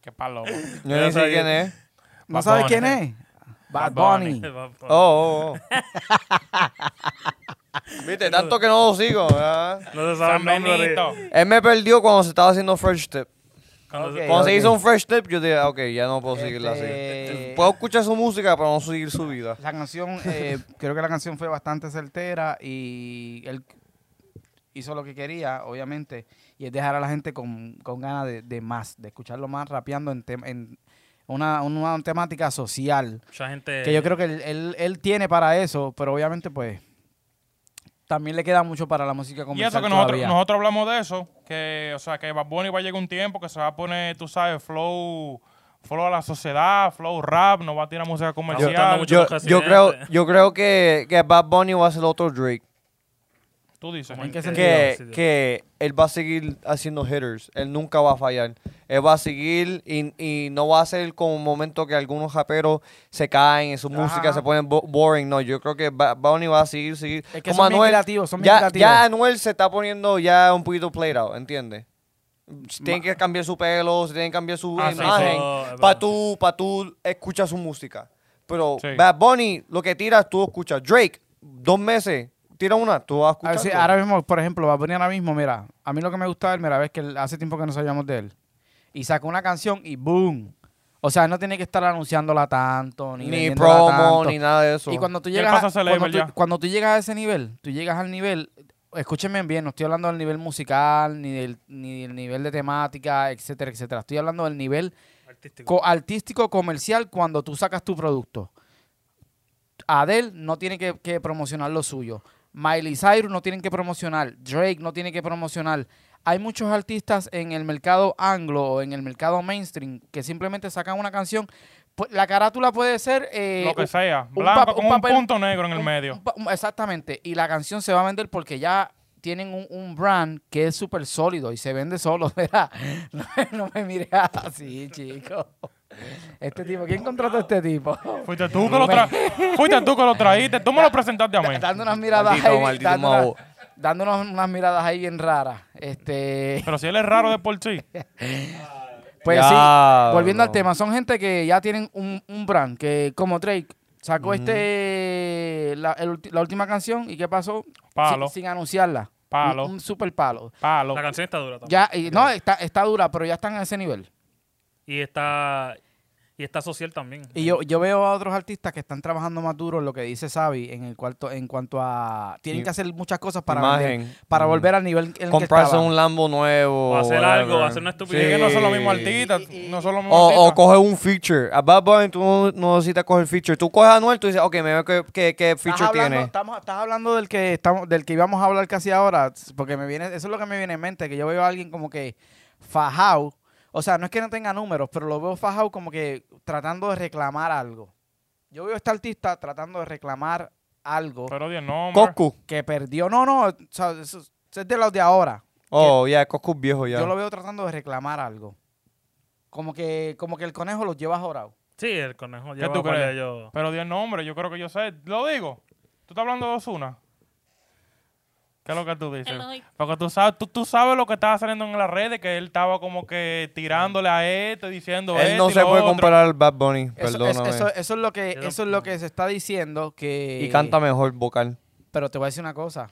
Qué paloma. Yo no Yo sé soy- quién es. ¿No Bad sabes Bunny. quién es? Bad Bad Bunny. Oh, <laughs> oh, oh. Viste, tanto que no lo sigo. ¿verdad? No se sabe San el nombre de- Benito. Él me perdió cuando se estaba haciendo Fresh Step. cuando se- Ok. Cuando se hizo un Fresh Step, yo dije, ah, ok, ya no puedo seguirla Este- así. Puedo escuchar su música, pero no seguir su vida. La canción, <laughs> eh, creo que la canción fue bastante certera y él hizo lo que quería, obviamente, y es dejar a la gente con, con ganas de, de más, de escucharlo más rapeando en, tem- en una, una temática social, Mucha gente. que yo creo que él, él- él tiene para eso, pero obviamente pues también le queda mucho para la música Y comercial eso que nosotros, todavía. nosotros hablamos de eso, que, o sea, que Bad Bunny va a llegar un tiempo que se va a poner, tú sabes, flow, flow a la sociedad, flow rap, no va a tirar música gustando comercial. mucho. Yo, más yo residente. creo, yo creo que, que Bad Bunny va a ser otro Drake. Tú dices. eh, ¿En qué que, sentido? que él va a seguir haciendo hitters. Él nunca va a fallar. Él va a seguir y, y no va a ser como un momento que algunos raperos se caen en su música, se ponen bo- boring. No, yo creo que Ba- Bunny va a seguir, seguir. Es que son bien creativos, son bien ya, creativos. ya Anuel se está poniendo ya un poquito played out, ¿entiendes? Mm, Se Tienen que cambiar su pelo, se tienen que cambiar su Ah, sí, imagen. sí. Oh, es Para verdad. tú, pa tú escuchar su música. Pero Sí. Bad Bunny, lo que tiras, tú escuchas. Drake, dos meses, tira una, tú vas a A escuchar. ver si ahora mismo, por ejemplo, va a poner ahora mismo, mira, a mí lo que me gusta de él, mira, ves que él- hace tiempo que no sabíamos de él. Y sacó una canción y ¡boom! O sea, no tiene que estar anunciándola tanto, ni, ni vendiéndola promo, tanto. ni nada de eso. Y cuando tú Él llegas, pasa a- ese cuando, level tú, ya. cuando tú llegas a ese nivel, tú llegas al nivel, escúchenme bien, no estoy hablando del nivel musical, ni del, ni del nivel de temática, etcétera, etcétera. Estoy hablando del nivel Artístico. co- artístico comercial cuando tú sacas tu producto. Adele no tiene que, que promocionar lo suyo. Miley Cyrus no tienen que promocionar. Drake no tiene que promocionar. Hay muchos artistas en el mercado anglo o en el mercado mainstream que simplemente sacan una canción. Pu- La carátula puede ser eh, lo que un- sea, un blanco pap- con un papel- punto negro en el un- <laughs> medio. un pa- un- exactamente. Y la canción se va a vender porque ya tienen un, un brand que es súper sólido y se vende solo. <laughs> ¿verdad? No, me- no me mires así, chico. Este tipo, ¿quién contrató a este tipo? Fuiste tú que lo tra fuiste tú que lo trajiste, tú me lo presentaste a mí. <laughs> Dando unas miradas Maldito, ahí. maldito dando Mao. unas- dando unas, unas miradas ahí bien raras. Este, Pero si él es raro de por sí. pues sí, Diablo. volviendo al tema, son gente que ya tienen un, un brand, que como Drake sacó este la, el ulti- la última canción y ¿qué pasó? Palo. Sin, sin anunciarla. Palo. Un, un super palo. Palo. La canción está dura también. Ya, y, no, está, está dura, pero ya están a ese nivel. Y está. Y está social también. Y yo, yo veo a otros artistas que están trabajando más duro en lo que dice Xavi en el cuarto, en cuanto a tienen Y- que hacer muchas cosas para Imagen. vender, para Mm. volver al nivel en el que Comprarse estaban. un Lambo nuevo. O hacer whatever. algo, hacer una estupidez. Es que no son los mismos Sí. artistas, no son los mismos O, o artistas. coger un feature. A Bad Bunny tú no, no necesitas coger feature. Tú coges a Anuel, tú dices, ok, me veo qué, qué, qué Estás feature hablando- tiene. estamos- estás hablando del que estamos, del que íbamos a hablar casi ahora, porque me viene, eso es lo que me viene en mente, que yo veo a alguien como que fajado, o sea, no es que no tenga números, pero lo veo fajado como que tratando de reclamar algo. Yo veo a este artista tratando de reclamar algo Pero di el nombre. Coscu. que perdió. No, no, o sea, eso es eso es de los de ahora. Oh, ya, Coscu es viejo ya. Yo lo veo tratando de reclamar algo. Como que, como que el conejo los lleva jorado. Sí, el conejo. ¿Qué lleva tú cuál crees? de ellos. Pero di el nombre, yo creo que yo sé. Lo digo. Tú estás hablando de Osuna. ¿Qué es lo que tú dices? Eloy. Porque tú sabes, tú, tú sabes lo que estaba saliendo en las redes, que él estaba como que tirándole a este, diciendo Él esto no y se lo puede otro. comparar al Bad Bunny, Eso, es, perdóname. eso- eso es lo que, Yo eso es lo que se está diciendo que. y canta mejor vocal. Pero te voy a decir una cosa.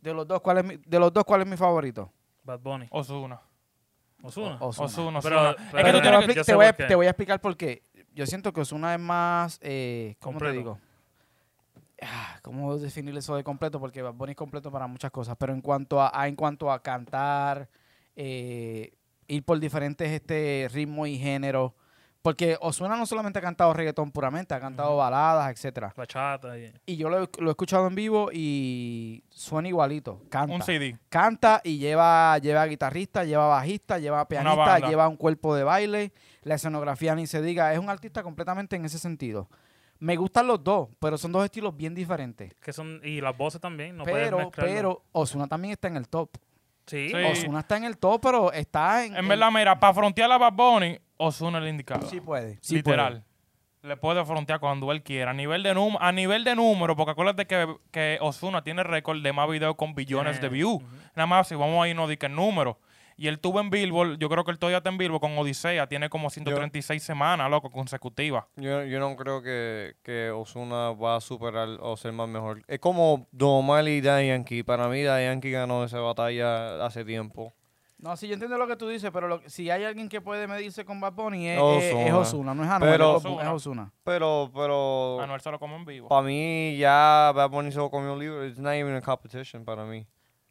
De los dos, ¿cuál es mi, de los dos, ¿cuál es mi favorito? Bad Bunny. Ozuna. Ozuna. Ozuna. Ozuna, Ozuna. Pero- pero- es que tú Pero te, tienes voy a que... expli- yo te sé voy a, por qué. te voy a explicar por qué. Yo siento que Osuna es más. Eh, ¿Cómo Completo. te digo? Ah, ¿Cómo definir eso de completo? Porque Bad Bunny es completo para muchas cosas. Pero en cuanto a, a- en cuanto a cantar, eh, ir por diferentes este, ritmos y géneros. Porque Osuna no solamente ha cantado reggaetón puramente, ha cantado baladas, etcétera. Bachata. Y... Y yo lo, he- lo he escuchado en vivo y suena igualito. Canta Un CD. canta y lleva, lleva guitarrista, lleva bajista, lleva pianista, banda. lleva un cuerpo de baile, la escenografía ni se diga, es un artista completamente en ese sentido. Me gustan los dos, pero son dos estilos bien diferentes. Que son, y las voces también. No puedes pero, mezclarlo. pero Osuna también está en el top. Sí. Sí. Osuna está en el top, pero está en. En verdad, mira, para frontear a Bad Bunny, Ozuna es el indicado. Sí puede. Sí Literal. le puede frontear cuando él quiera. A nivel de, num- a nivel de número, porque acuérdate que, que Osuna tiene récord de más videos con billones de views. Nada más, si vamos a irnos de que número. Y él tuvo en Billboard, yo creo que él todavía está en Billboard con Odisea, tiene como 136 semanas, loco, consecutivas. Yo, yo no creo que, que Osuna va a superar o ser más mejor. Es como Don Omar y Daddy Yankee. Para mí, Daddy Yankee ganó esa batalla hace tiempo. No, sí, yo entiendo lo que tú dices, pero lo- si hay alguien que puede medirse con Bad Bunny es Ozuna. es- es Ozuna, no es Anuel, Pero- es Ozuna. es Ozuna. Pero, Oh. pero. Anuel se lo come en vivo. Para mí, ya Bad Bunny se lo comió un libro. It's not even a competition para mí.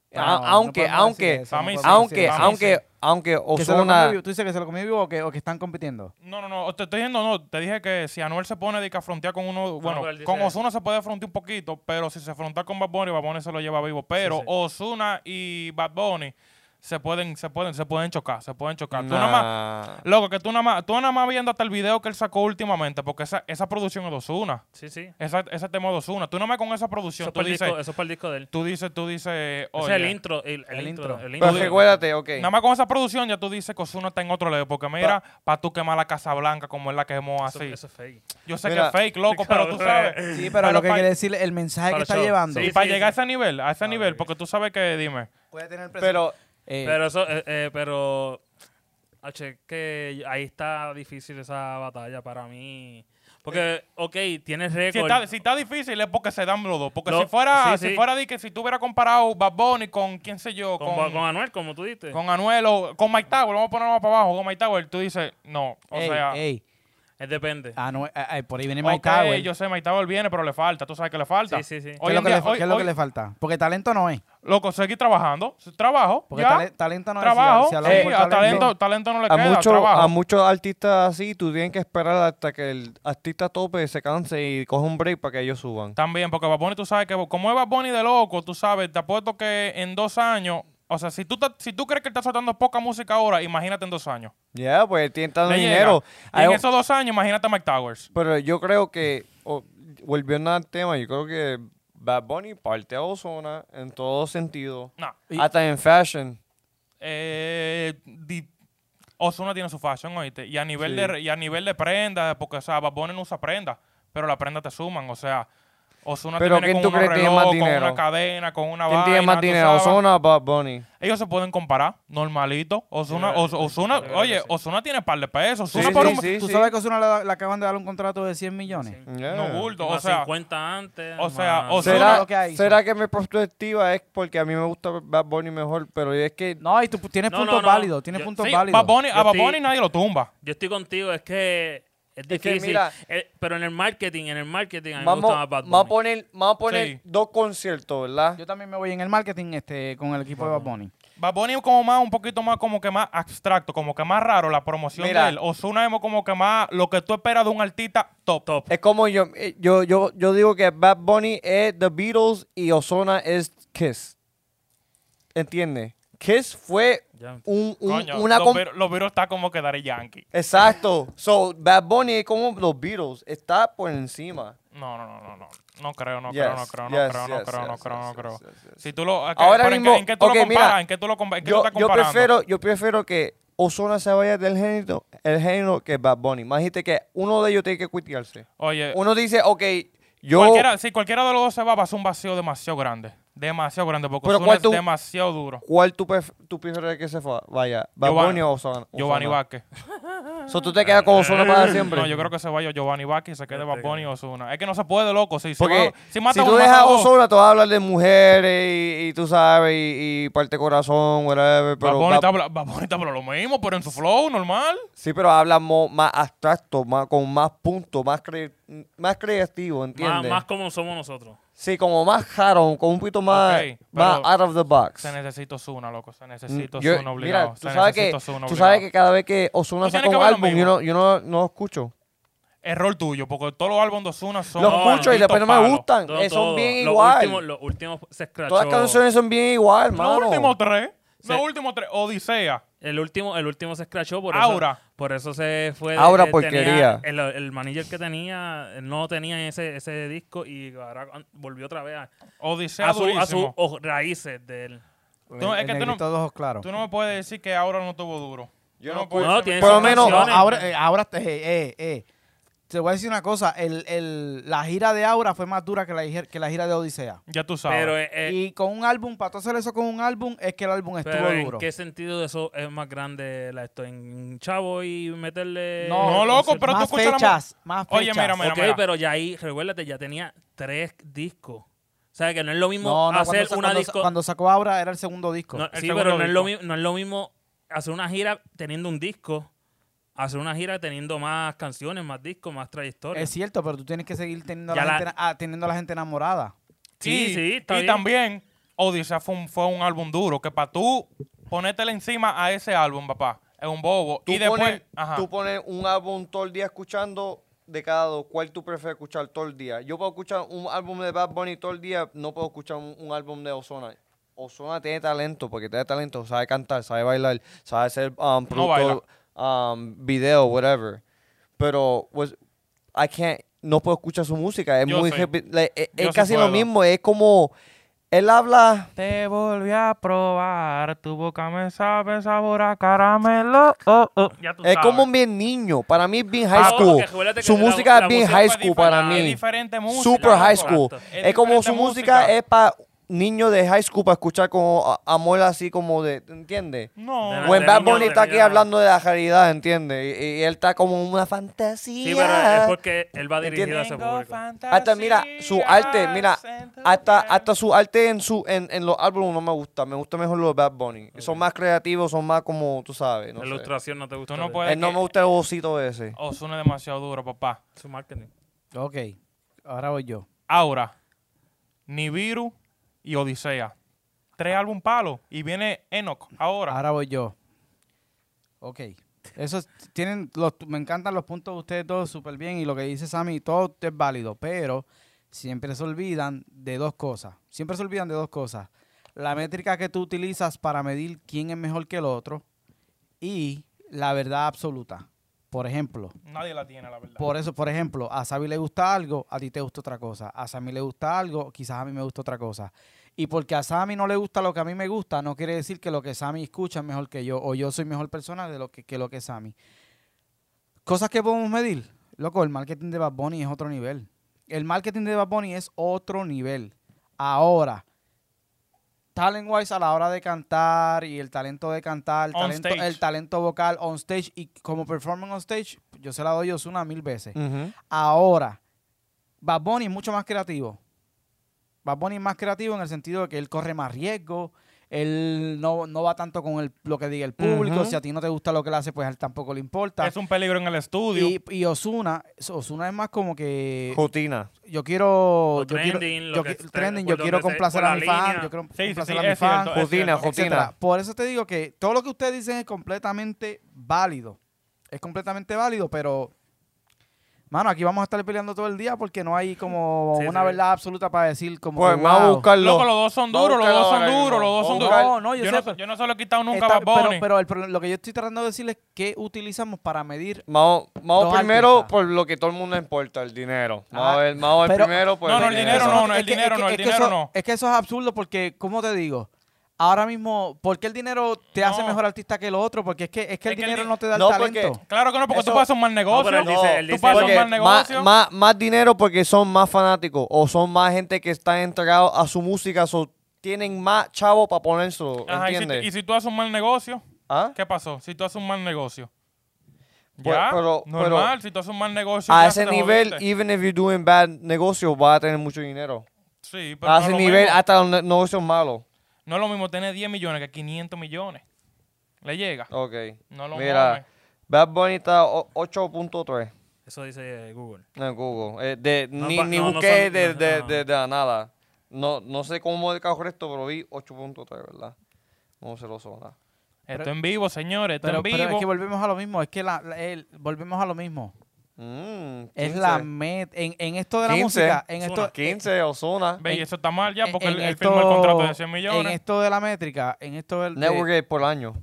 No, A- Ah, no Ah, aunque, podemos aunque, decir eso, para mí podemos sí, aunque, decir eso. para mí aunque, aunque ¿Que se lo comió Osuna. vivo? ¿Tú dices que se lo comió vivo o que, o que están compitiendo? No, no, no, te estoy diciendo, no, te dije que si Anuel se pone de que a frontear con uno, bueno, pero Ah, él dice- con Osuna se puede frontear un poquito, pero si se frontea con Bad Bunny, Bad Bunny se lo lleva vivo. Pero Sí, sí. Osuna y Bad Bunny se pueden, se pueden, se pueden chocar, se pueden chocar. Tú nada más, Nah. loco, que tú nada más, tú nada más viendo hasta el video que él sacó últimamente, porque esa, esa producción es de Osuna, Sí, sí. esa, ese tema es de Osuna. Tú nada más con esa producción, Eso es, tú para el dices, disco, eso es para el disco de él. tú dices, tú dices, Ese oye, es el intro. El, el El intro. intro. El Pero intro. recuérdate, ok. Nada más con esa producción ya tú dices que Osuna está en otro level, porque mira, para tú quemar la Casa Blanca como él la quemó Eso, así. eso es fake. Yo sé Mira, que es fake, loco, pero tú <laughs> cabrón. sabes. Sí, pero lo que pa- quiere decir el mensaje para que está show. llevando. Y Sí. para llegar a ese nivel, a ese nivel, porque tú sabes que, dime, Puede tener Pero Eh, Pero eso, eh, eh, pero. H, que ahí está difícil esa batalla para mí. Porque, ok, tienes Eh, si récord. está, si está difícil es porque se dan los dos. Porque No, si fuera, sí, si sí. fuera de que si tú hubieras comparado Bad Bunny con quién sé yo, con, con, con con, Anuel, como tú diste. Anuel o con Mike Tower, vamos a ponerlo más para abajo, con Mike Tower, tú dices, no, o ey, sea, ey, Es depende. Anuel- ah, ah, por ahí viene ok, Mike Tower. yo sé, Mike Tower viene, pero le falta, tú sabes que le falta. Sí, sí, sí. ¿Qué ¿Qué es es Hoy lo, en que, le, día, fa- hoy- qué es lo hoy- que le falta? Porque talento no es. Loco, seguir trabajando, trabajo, Porque ya, tale- talento no es. Si- trabajo, si hablamos sí, por a talento, talento no le a, queda, muchos- trabajo. a muchos artistas así, tú tienes que esperar hasta que el artista tope se canse y coja un break para que ellos suban. También, porque Bad Bunny, tú sabes que como es Bad Bunny de loco, tú sabes, te apuesto que en dos años, o sea, si tú, te- si tú crees que estás soltando poca música ahora, imagínate en dos años. Ya, pues tienen tanto Le llega. dinero. Y en Hay- esos dos años, imagínate a Mike Towers. Pero yo creo que, o- volviendo al tema, yo creo que Bad Bunny parte a Ozona en todo sentido. No. Y- Hasta en fashion. Eh, di- Ozuna tiene su fashion, oíste. Y a nivel Sí. de y a nivel de prenda, porque, o sea, Bad Bunny no usa prenda, pero las prendas te suman, o sea, Ozuna Pero tiene ¿quién con tú unos crees que tiene más reloj, con dinero? una cadena, con una ¿Quién vaina. tiene más tú dinero, sabes. Ozona o Bad Bunny? Ellos se pueden comparar, normalito. Osuna, Yo creo- Osuna, yo creo que oye, sí. Osuna tiene par de pesos. Sí, Osuna sí, por un- sí, ¿Tú sí. sabes que Osuna le, le acaban de dar un contrato de 100 millones? Sí. Yeah. No bulto, o Más sea, 50 antes. o sea, más- o sea- Ozuna ¿Será, lo que ha hizo. será que mi perspectiva es porque a mí me gusta Bad Bunny mejor, pero es que No, y tú pu- tienes No, puntos no, no. válidos, tienes Yo- puntos sí, válidos. Bad Bunny- Yo a Bad estoy- Bunny nadie lo tumba. Yo estoy contigo, es que es que difícil. mira- Eh, pero en el marketing, en el marketing, a mí me vamos, gusta más Bad vamos a Bunny. poner, vamos a poner Sí. dos conciertos, ¿verdad? Yo también me voy en el marketing este, con el equipo de Bad Bunny. Bad Bunny es como más, un poquito más, como que más abstracto, como que más raro la promoción Mira. de él. Osuna es como que más lo que tú esperas de un artista top. Top. Es como yo, eh, yo, yo, yo digo que Bad Bunny es The Beatles y Ozona es Kiss. ¿Entiendes? Kiss fue Ya. un, un- Coño, una... los, com- Beatles- los Beatles está como que Daddy Yankee. Exacto. So, Bad Bunny es como los Beatles. Está por encima. No, no, no, no, no. No creo, no Yes, creo, no creo, yes, no creo, no yes, creo, no yes, creo, no yes, creo. yes, yes, yes. Si tú lo... Ahora pero ¿en qué- mismo- ¿En qué tú lo ok, mira, comparas? ¿En qué tú lo compa- en qué tú Yo, estás yo, comparando? prefiero, yo prefiero que Ozona se vaya del género, el género que Bad Bunny. Más dijiste que uno de ellos tiene que cuitearse. Oye, Uno dice, ok, yo... Eh, cualquiera, si cualquiera de los dos se va, va a ser un vacío demasiado grande. Demasiado grande, porque Pero Ozuna ¿cuál es tú- demasiado duro. ¿Cuál tú, pref- tú prefieres que se fa- vaya? ¿Bad Giovanni- Bunny o Ozona? Giovanni Ozuna. Vázquez. So, ¿Tú te quedas con Ozuna para Ah, siempre? No, yo creo que se vaya Giovanni Vázquez y se quede Este Bad Bunny que- o Osuna. Es que no se puede, loco. Si, se Porque va- si mata si tú uno, dejas mata a dos. Ozuna, tú vas a hablar de mujeres y, y tú sabes, y, y parte corazón, whatever, Bad pero... Bunny Bad- está habla- Bad Bunny está por lo mismo, pero en su flow normal. Sí, pero habla mo- más abstracto, más, con más puntos, más, cre- más creativo, Más, ¿entiendes? más como somos nosotros. Sí, como más caro, con un poquito más, Ok, más pero out of the box. Se necesita Osuna, loco. Se necesita Mm, Osuna yo- obligado. Mira, tú se sabes, que, necesita Ozuna tú sabes obligado. que cada vez que Osuna Tú saca tienes un que verlo en álbum, yo vivo. no, yo no, no lo escucho. Error tuyo, porque todos los álbumes de Osuna son... Los no, escucho malditos y después no me palos. gustan. Todo- eh, son todo. bien Los igual. últimos- los últimos se escrachó. Todas las canciones son bien igual, Los mano. últimos tres. Los Se- últimos tres. Odisea. El último, el último se escrachó por Aura. eso. Por eso se fue. de- Aura eh, porquería. tenía- el, el manager que tenía eh, no tenía ese, ese disco y ahora ah, volvió otra vez a, Odisea a su- a sus durísimo. o- raíces de él. No, es que tú no- Todos ojos claros. Tú no me puedes decir que ahora no tuvo duro. Yo Tú no puedes escucho- decirme- No, tiene Por lo esas menos- No, canciones. ahora, eh, ahora, eh, eh, eh. Te voy a decir una cosa, el, el- la gira de Aura fue más dura que la, gi- que la gira de Odisea. Ya tú sabes. Pero, eh, eh, y con un álbum, para tú hacer eso con un álbum, es que el álbum estuvo pero ¿en duro. qué sentido eso es más grande la esto? ¿En Chavo y Eh, meterle...? No, un loco, concierto? pero tú más escuchas la mu- fechas, más fechas. Oye, mira, mira, ok, mira. pero ya ahí, recuérdate, ya tenía tres discos. O sea, que no es lo mismo No, no, cuando, hacer sa- una cuando, disco... cuando sacó Aura era el segundo disco. No, El sí, segundo pero no es, lo, disco. mi- no es lo mismo hacer una gira teniendo un disco, hacer una gira teniendo más canciones, más discos, más trayectoria. es cierto, pero tú tienes que seguir teniendo, a Ya la, la- gente, ah, teniendo a la gente enamorada. Sí, sí, está Y bien. también, Odisea fue un, fue un álbum duro, que para tú ponértela encima a ese álbum, papá, es un bobo. Tú, y después, pones, ajá. tú pones un álbum todo el día escuchando de cada dos. ¿Cuál tú prefieres escuchar todo el día? Yo puedo escuchar un álbum de Bad Bunny todo el día, no puedo escuchar un, un álbum de Ozona. Ozona tiene talento, porque tiene talento, sabe cantar, sabe bailar, sabe hacer um, productor, um, video, whatever. Pero, pues, I can't, no puedo escuchar su música. Es Yo muy, sí. repi- like, es, Yo es sí casi puedo. lo mismo, es como, él habla... Te volví a probar, tu boca me sabe sabor a caramelo. oh, oh. Ya tú Es sabes. como bien niño. Para mí es bien Ah, high school. porque acuérdate que Su la- música la es bien música high es school para diferente, mí. es diferente música, Super high loco. school. Exacto. Es Es como su diferente música música. es para niños de high school para escuchar como a- amor así como de, ¿entiendes? No. Bueno, Buen Bad niño, Bunny de está aquí niño. hablando de la caridad, ¿entiendes? Y, y él está como una fantasía. Sí, pero es porque él va dirigido a ¿Entiendes? ese público. Hasta mira, su arte, mira, hasta, hasta su arte en su en, en los álbumes no me gusta. Me gusta mejor los de Bad Bunny. Son más creativos, son más como, tú sabes. No la sé. ilustración no te gusta. Tú no de- puedes- Él no me gusta el osito ese. Ozuna es demasiado duro, papá. Su marketing. Ok, ahora voy yo. Aura, Nibiru y Odisea. Tres álbum palo y viene Enoch Ah. ahora. Ahora voy yo. Ok. Eso es- tienen los, me encantan los puntos de ustedes todos súper bien y lo que dice Sammy, todo es válido, pero siempre se olvidan de dos cosas. Siempre se olvidan de dos cosas. La métrica que tú utilizas para medir quién es mejor que el otro y la verdad absoluta. Por ejemplo, Nadie la tiene, la Pues, verdad. por eso, por ejemplo, a Sabi le gusta algo, a ti te gusta otra cosa. A Sammy le gusta algo, quizás a mí me gusta otra cosa. Y porque a Sammy no le gusta lo que a mí me gusta, no quiere decir que lo que Sammy escucha es mejor que yo o yo soy mejor persona de lo que, que lo que Sammy. Cosas que podemos medir. Loco, el marketing de Bad Bunny es otro nivel. El marketing de Bad Bunny es otro nivel. Ahora, talent wise a la hora de cantar y el talento de cantar, el, On talento, stage. el talento vocal on stage y como performance on stage, yo se la doy a Ozuna mil veces. Ahora, Bad Bunny es mucho más creativo. Bad Bunny es más creativo en el sentido de que él corre más riesgo, él no, no va tanto con el, lo que diga el público, Ujú. si a ti no te gusta lo que él hace, pues a él tampoco le importa. Es un peligro en el estudio. Y, y Osuna, Osuna es más como Eh, que Rutina. yo quiero, O yo quiero, trending, lo yo que qui- esté, trending, por yo quiero donde se- complacer por a la mi fan, línea. yo quiero Sí, sí, complacer sí, a mi es fan, cierto, es Rutina, cierto. rutina. etcétera. Por eso te digo que todo lo que ustedes dicen es completamente válido. Es completamente válido, pero mano, aquí vamos a estar peleando todo el día porque no hay como Sí, una sí. verdad absoluta para decir como Pues que, vamos a wow. Loco, los buscarlo. dos son Va a duros, los dos buscarlo son ahora duros, los mismo. dos son a Va duros. buscar- No, no, yo yo, sé, no, pero- yo no se lo he quitado nunca Está- a Bad Bunny. pero, pero el pro- lo que yo estoy tratando de decirles es que utilizamos para medir Vamos, vamos Los primero artistas. por lo que todo el mundo importa, el dinero. Ah, Vamos a ver, vamos a ver pero- primero pues, por No, no, el dinero no, no, es el que- es dinero que- no, el es que dinero eso- no. Es que eso es absurdo porque, ¿cómo te digo? Ahora mismo, ¿por qué el dinero te hace No. mejor artista que el otro? Porque es que, es que el Es que el dinero di- no te da No, el porque- talento. Claro que no, porque Eso- tú puedes hacer un mal negocio. pero él dice- él tú dice- puedes hacer Porque un mal más, negocio. más- más dinero porque son más fanáticos o son más gente que está entregado a su música, so tienen más chavo para ponérselo, Ajá, y si- ¿entiendes? y si tú haces un mal negocio. ¿Ah? ¿Qué pasó? Si tú haces un mal negocio. Pues, Ya, pero- normal, si tú haces un mal negocio. A ya ese te nivel, jodiste. even if you're doing bad negocio, vas a tener mucho dinero. Sí, pero A no, ese es lo nivel, mismo, hasta los ne- negocios malos. no es lo mismo tener 10 millones que 500 millones. Le llega. Ok. No lo mames. Mira, Bad Bunny está o- 8.3. Eso dice eh, Google. No, en Google. Eh, de, No, ni pa- ni no, no busqué son- de, no, de- no. de- de la nada. No, no sé cómo el cajo resto, pero vi 8.3, ¿verdad? No se lo suena. Esto en vivo, señores. Esto Pero, en vivo. pero es que volvemos a lo mismo. Es que la, la- el- volvemos a lo mismo. Mm, Es 15. la met. En, en esto de la 15, música, en Ozuna, esto, eh, 15, Ozuna. Ve, y en- eso está mal ya porque en él, él esto- firmó el contrato de 100 En este, millones. esto de la métrica, en esto del. de- Network es por año.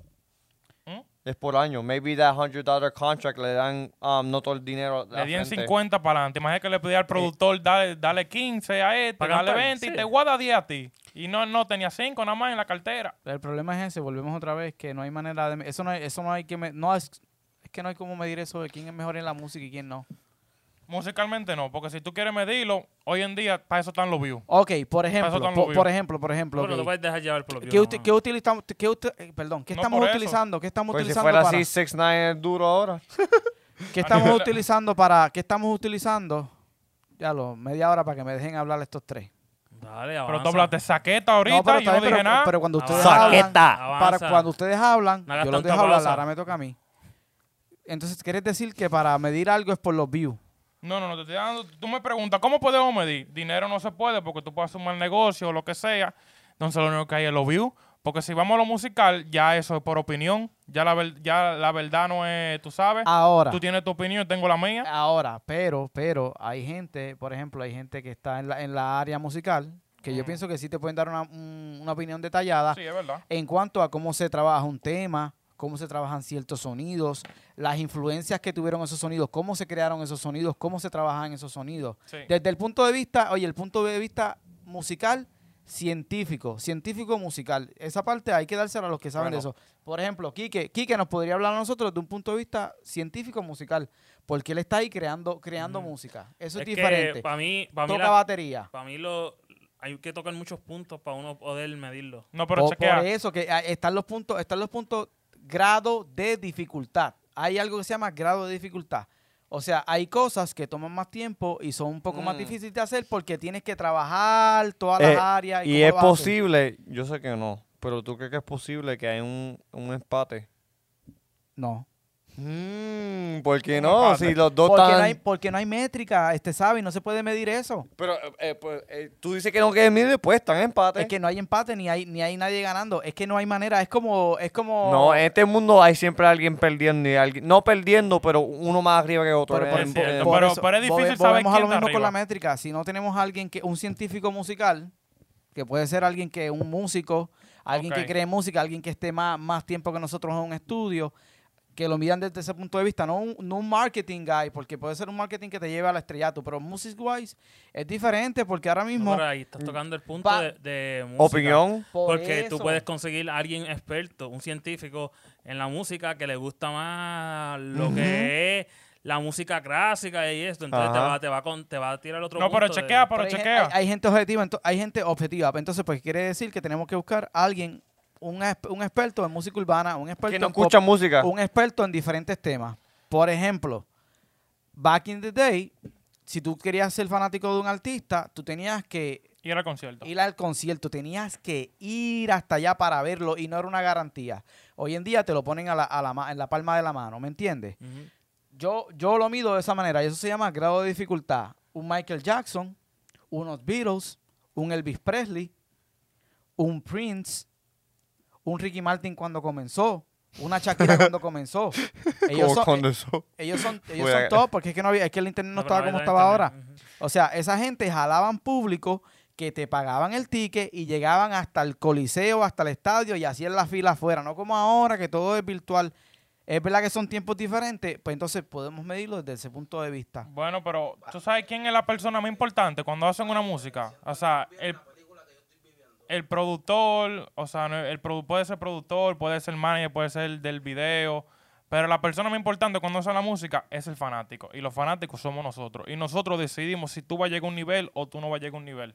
¿Mm? Es por año. Maybe that $100 contract le dan um, no todo el dinero. a la le dieron gente. 50 para adelante. Imagínate que le pedía Eh, al productor, dale, dale 15 a este, Para dale cantar, 20 y sí. te guarda 10 a ti. Y no, no tenía 5 nada más en la cartera. El problema es ese, volvemos otra vez, que no hay manera de... Eso no hay, eso no hay que... me- no es, es que no hay cómo medir eso de quién es mejor en la música y quién no. Musicalmente no, porque si tú quieres medirlo, hoy en día para eso están los views. Ok, por ejemplo, tan po- obvio. por ejemplo, por ejemplo. Bueno, ok. lo puedes dejar llevar por los ¿Qué, views, uti- ¿no? qué utilizamos? Qué ut- eh, perdón, ¿qué No, estamos por eso. utilizando? ¿Qué estamos Pues si utilizando fuera para? así, 6 9 es duro ahora. ¿Qué estamos nivel- utilizando para? ¿Qué estamos utilizando? Ya lo, media hora para que me dejen hablar estos tres. Dale, Pero avanza. tú hablaste saqueta ahorita, No, pero, yo está no bien, dije pero- nada. pero cuando ustedes Saqueta. hablan, para Avanza. cuando ustedes hablan, No hagas yo los tanta dejo hablar, pausa. ahora me toca a mí. Entonces, ¿quieres decir que para medir algo es por los views? No, no, no, te estoy dando. Tú me preguntas, ¿cómo podemos medir? Dinero no se puede porque tú puedes hacer un mal negocio o lo que sea. Entonces lo único que hay es los views. Porque si vamos a lo musical, ya eso es por opinión. Ya la, ver- ya la verdad no es, tú sabes. Ahora, Tú tienes tu opinión, yo tengo la mía. ahora, pero, pero hay gente, por ejemplo, hay gente que está en la, en la área musical, que Mm. yo pienso que sí te pueden dar una, un- una opinión detallada Sí, es verdad. en cuanto a cómo se trabaja un tema, cómo se trabajan ciertos sonidos, las influencias que tuvieron esos sonidos, cómo se crearon esos sonidos, cómo se trabajan esos sonidos. Sí. Desde el punto de vista, oye, el punto de vista musical, científico, científico musical. Esa parte hay que dársela a los que saben de eso. Por ejemplo, Quique, Quique nos podría hablar a nosotros de un punto de vista científico musical, porque él está ahí creando, creando música. Eso es, diferente. Para mí, para mí, Toca la- batería. pa' mí lo, hay que tocar muchos puntos para uno poder medirlo. No, pero por, chequea. por eso que ah, están los puntos, están los puntos grado de dificultad. Hay algo que se llama grado de dificultad. O sea, hay cosas que toman más tiempo y son un poco más Mm. difíciles de hacer porque tienes que trabajar todas las Eh, áreas. Y cómo es lo haces. posible, yo sé que no, pero tú crees que es posible que hay un, un empate. No. Mm, ¿Por qué Un no? empate. Si los dos Porque no, están... hay, porque no hay métrica, este sabe, y no se puede medir eso. Pero eh, pues, eh, tú dices que no quede mil después, están en empate. Es que no hay empate ni hay ni hay nadie ganando. Es que no hay manera. Es como es como No, en este mundo hay siempre alguien perdiendo y alguien... No perdiendo, pero uno más arriba que otro. Pero, Eh, por- Es eh, cierto, eh, por pero- eso, pero es volve- difícil saber volvemos a lo quién está mismo con la arriba. métrica. Si no tenemos a alguien que, un científico musical, que puede ser alguien que un músico, alguien Ok. que cree música, alguien que esté más, más tiempo que nosotros en un estudio, que lo miran desde ese punto de vista, no un, no un marketing guy, porque puede ser un marketing que te lleve al estrellato, pero music wise es diferente porque ahora No, mismo pero ahí estás tocando el punto Pa- de, de música. Opinión. por Porque tú eso- puedes conseguir a alguien experto, un científico en la música que le gusta más lo que es la música clásica y esto. Entonces te Ajá. va, te, va con- te va a tirar otro No, pero punto de- chequea, pero hay gen- chequea. Hay, hay gente objetiva, ento- hay gente objetiva. Entonces, pues quiere decir que tenemos que buscar a alguien, un, exp- un experto en música urbana, un experto Que no en pop, escucha música. <laughs> un experto en diferentes temas. Por ejemplo, back in the day, si tú querías ser fanático de un artista, tú tenías que Y era el concierto. ir al concierto, tenías que ir hasta allá para verlo y no era una garantía. Hoy en día te lo ponen a la- a la ma- en la palma de la mano, ¿me entiendes? Ujú. Yo, yo lo mido de esa manera y eso se llama grado de dificultad. Un Michael Jackson, unos Beatles, un Elvis Presley, un Prince, un Ricky Martin cuando comenzó, una Shakira cuando comenzó. Ellos <laughs> Como son, cuando eso- ellos <laughs> son, ellos Voy a- son top porque es que, no había, es que el internet no, No, pero estaba no como hay estaba internet. ahora. O sea, esa gente jalaban público que te pagaban el ticket y llegaban hasta el coliseo, hasta el estadio y hacían la fila afuera, no como ahora que todo es virtual. Es verdad que son tiempos diferentes, pues entonces podemos medirlo desde ese punto de vista. Bueno, pero tú sabes quién es la persona más importante cuando hacen una música. O sea, el, el productor, o sea, no, el produ- puede ser productor, puede ser manager, puede ser del video. Pero la persona más importante cuando hacen la música es el fanático. Y los fanáticos somos nosotros. Y nosotros decidimos si tú vas a llegar a un nivel o tú no vas a llegar a un nivel.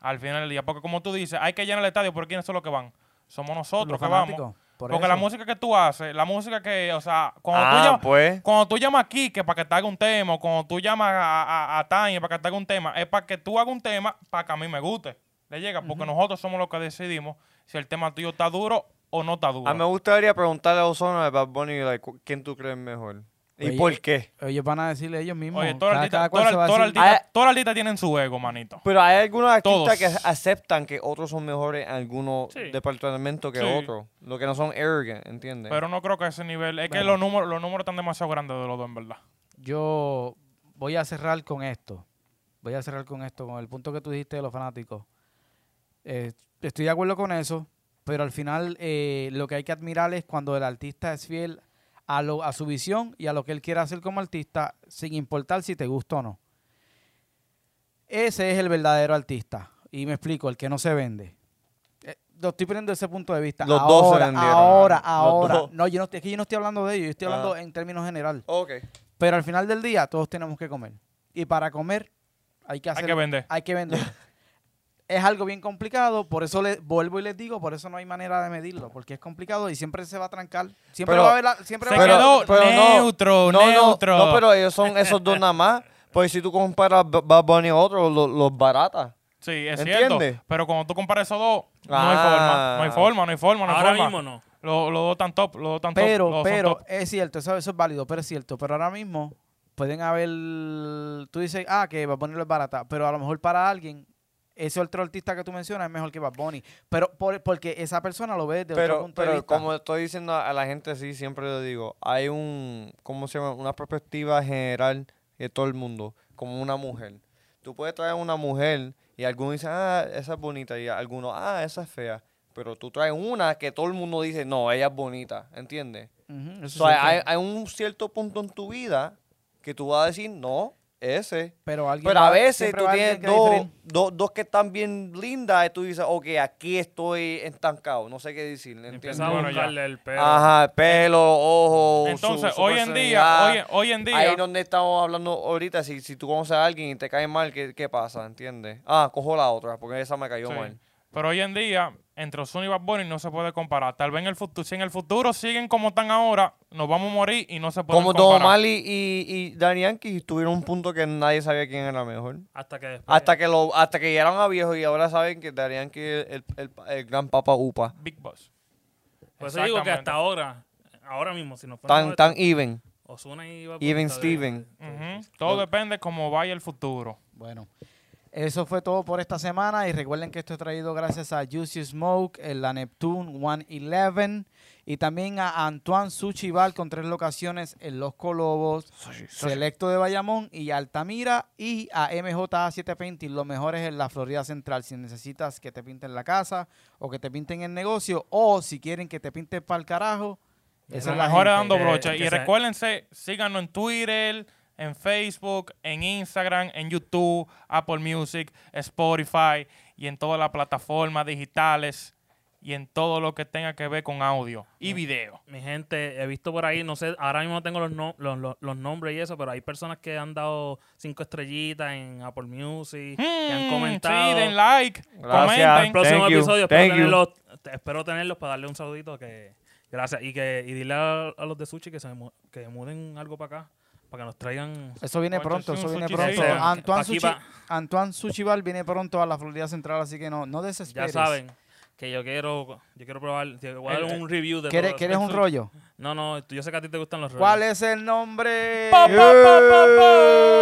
Al final del día. Porque como tú dices, hay que llenar el estadio, pero ¿quiénes son los que van? Somos Los nosotros que fanáticos, vamos. por Porque la eso. música que tú haces, la música que, o sea, cuando tú Ah, llamas- pues. cuando tú llamas a Kike para que te haga un tema, o cuando tú llamas a, a, a Tania para que te haga un tema, es para que tú hagas un tema para que a mí me guste. Le llega, porque nosotros somos los que decidimos si el tema tuyo está duro o no está duro. A mí me gustaría preguntarle a Ozona de Bad Bunny, like, cu- ¿quién tú crees mejor? ¿Y Oye, por qué? Ellos van a decirle ellos mismos. Oye, todos los cada- cada artistas cual todos se va a los- todos los decir- decir- artistas- todos los artistas tienen su ego, manito. Pero hay algunos artistas Todos. que a- aceptan que otros son mejores en algunos Sí. departamentos que Sí. otros. Lo que no son arrogant, ¿entiendes? Pero no creo que a ese nivel. Es que Bueno. los números, los números están demasiado grandes de los dos, en verdad. Yo voy a cerrar con esto. Voy a cerrar con esto, con el punto que tú dijiste de los fanáticos. Eh, estoy de acuerdo con eso, pero al final eh, lo que hay que admirar es cuando el artista es fiel a, lo, a su visión y a lo que él quiere hacer como artista, sin importar si te gusta o no. Ese es el verdadero artista. Y me explico, el que no se vende. Eh, Lo estoy poniendo desde ese punto de vista. Los dos se ahora, vendieron. ahora, Los ahora. dos. No, yo no, estoy- es que yo no estoy hablando de ellos, yo estoy Ah. hablando en términos general. Ok. Pero al final del día todos tenemos que comer. y para comer hay que hacer que vender. hay que vender. es algo bien complicado, por eso le vuelvo y les digo, por eso no hay manera de medirlo, porque es complicado y siempre se va a trancar, siempre Pero- va a haber la- siempre Se va a haber- quedó no, neutro, no, no, neutro. No, pero ellos son esos dos nada más. Porque si tú comparas B- Bad Bunny a otro, lo- los baratas. Sí, es ¿Entiendes? cierto. Pero cuando tú comparas esos dos, no hay Ah. forma. No hay forma, no hay forma, no hay Ahora forma. mismo no. Lo- Los dos tan top, los dos tan top, los Pero, dos son pero, top. es cierto, eso, eso es válido, pero es cierto. Pero ahora mismo pueden haber. Tú dices, ah, que Bad Bunny lo es barata, pero a lo mejor para alguien, ese otro artista que tú mencionas es mejor que Bad Bunny. Pero por- porque esa persona lo ve desde otro Pero, punto de pero vista. como estoy diciendo a a la gente, sí, siempre lo digo, hay un, ¿cómo se llama? Una perspectiva general de todo el mundo, como una mujer. Tú puedes traer una mujer y algunos dicen, ah, esa es bonita, y algunos, ah, esa es fea. Pero tú traes una que todo el mundo dice, no, ella es bonita, ¿entiendes? Ujú, eso es So, cierto. hay, hay un cierto punto en tu vida que tú vas a decir, no, ese. pero, alguien Pero va- a veces siempre tú va a alguien tienes que dos, diferen- dos, dos que están bien lindas y tú dices, ok, aquí estoy estancado, no sé qué decir, ¿entiendes? Empieza a Bueno, ya. buscarle el pelo. Ajá, pelo, ojo, su- Entonces, su hoy en día, personalidad. hoy, en- hoy en día, Ahí donde estamos hablando ahorita, si, si tú conoces a alguien y te cae mal, ¿qué, qué pasa? ¿Entiendes? Ah, cojo la otra, porque esa me cayó Sí. mal. Pero hoy en día, entre Ozuna y Bad Bunny no se puede comparar. Tal vez en el futuro, si en el futuro siguen como están ahora, nos vamos a morir y no se puede Como comparar. Don Mali y, y Daddy Yankee tuvieron un punto que nadie sabía quién era mejor. Hasta que después. Hasta que lo, hasta que llegaron a viejos y ahora saben que Daddy Yankee es el, el, el gran papa upa. Big Boss. Por eso digo que Exactamente. hasta ahora, ahora mismo, si nos Tan, tan even. Osuna y Bad Bunny Even está Steven. de- Ujú. Todo depende cómo vaya el futuro. Bueno, eso fue todo por esta semana. Y recuerden que esto es traído gracias a Juicy Smoke, en la Neptune 111 y también a Antoine Suchival con tres locaciones en Los Colobos, Selecto de Bayamón y Altamira y a MJA 720, los mejores en la Florida Central. Si necesitas que te pinten la casa o que te pinten el negocio o si quieren que te pinten para el carajo, esa Lo es la mejor es gente. dando Que- broche. que y se- recuérdense, síganos en Twitter, en Facebook, en Instagram, en YouTube, Apple Music, Spotify y en todas las plataformas digitales y en todo lo que tenga que ver con audio y video. Mi gente, he visto por ahí, no sé, ahora mismo no tengo los, no- los, los- los nombres y eso, pero hay personas que han dado cinco estrellitas en Apple Music, que han Mm, comentado. Sí, den like, El comenten. próximo Thank you, episodio thank espero you. tenerlos, espero tenerlos para darle un saludito que gracias y que y dile a, a los de sushi que se mu- que muden algo para acá para que nos traigan Eso viene Concho, pronto, sí, eso un viene sushi pronto. season. Antoine, Aquí Suchi- va. Antoine Suchival viene pronto a la Florida Central, así que no, no ya desesperes. saben que yo quiero yo quiero probar te voy a dar El- un review de ¿Quieres, todo quieres eso. un rollo? no no tú- yo sé que a ti te gustan los rollos ¿Cuál es el nombre? Pa, pa, pa, pa, pa.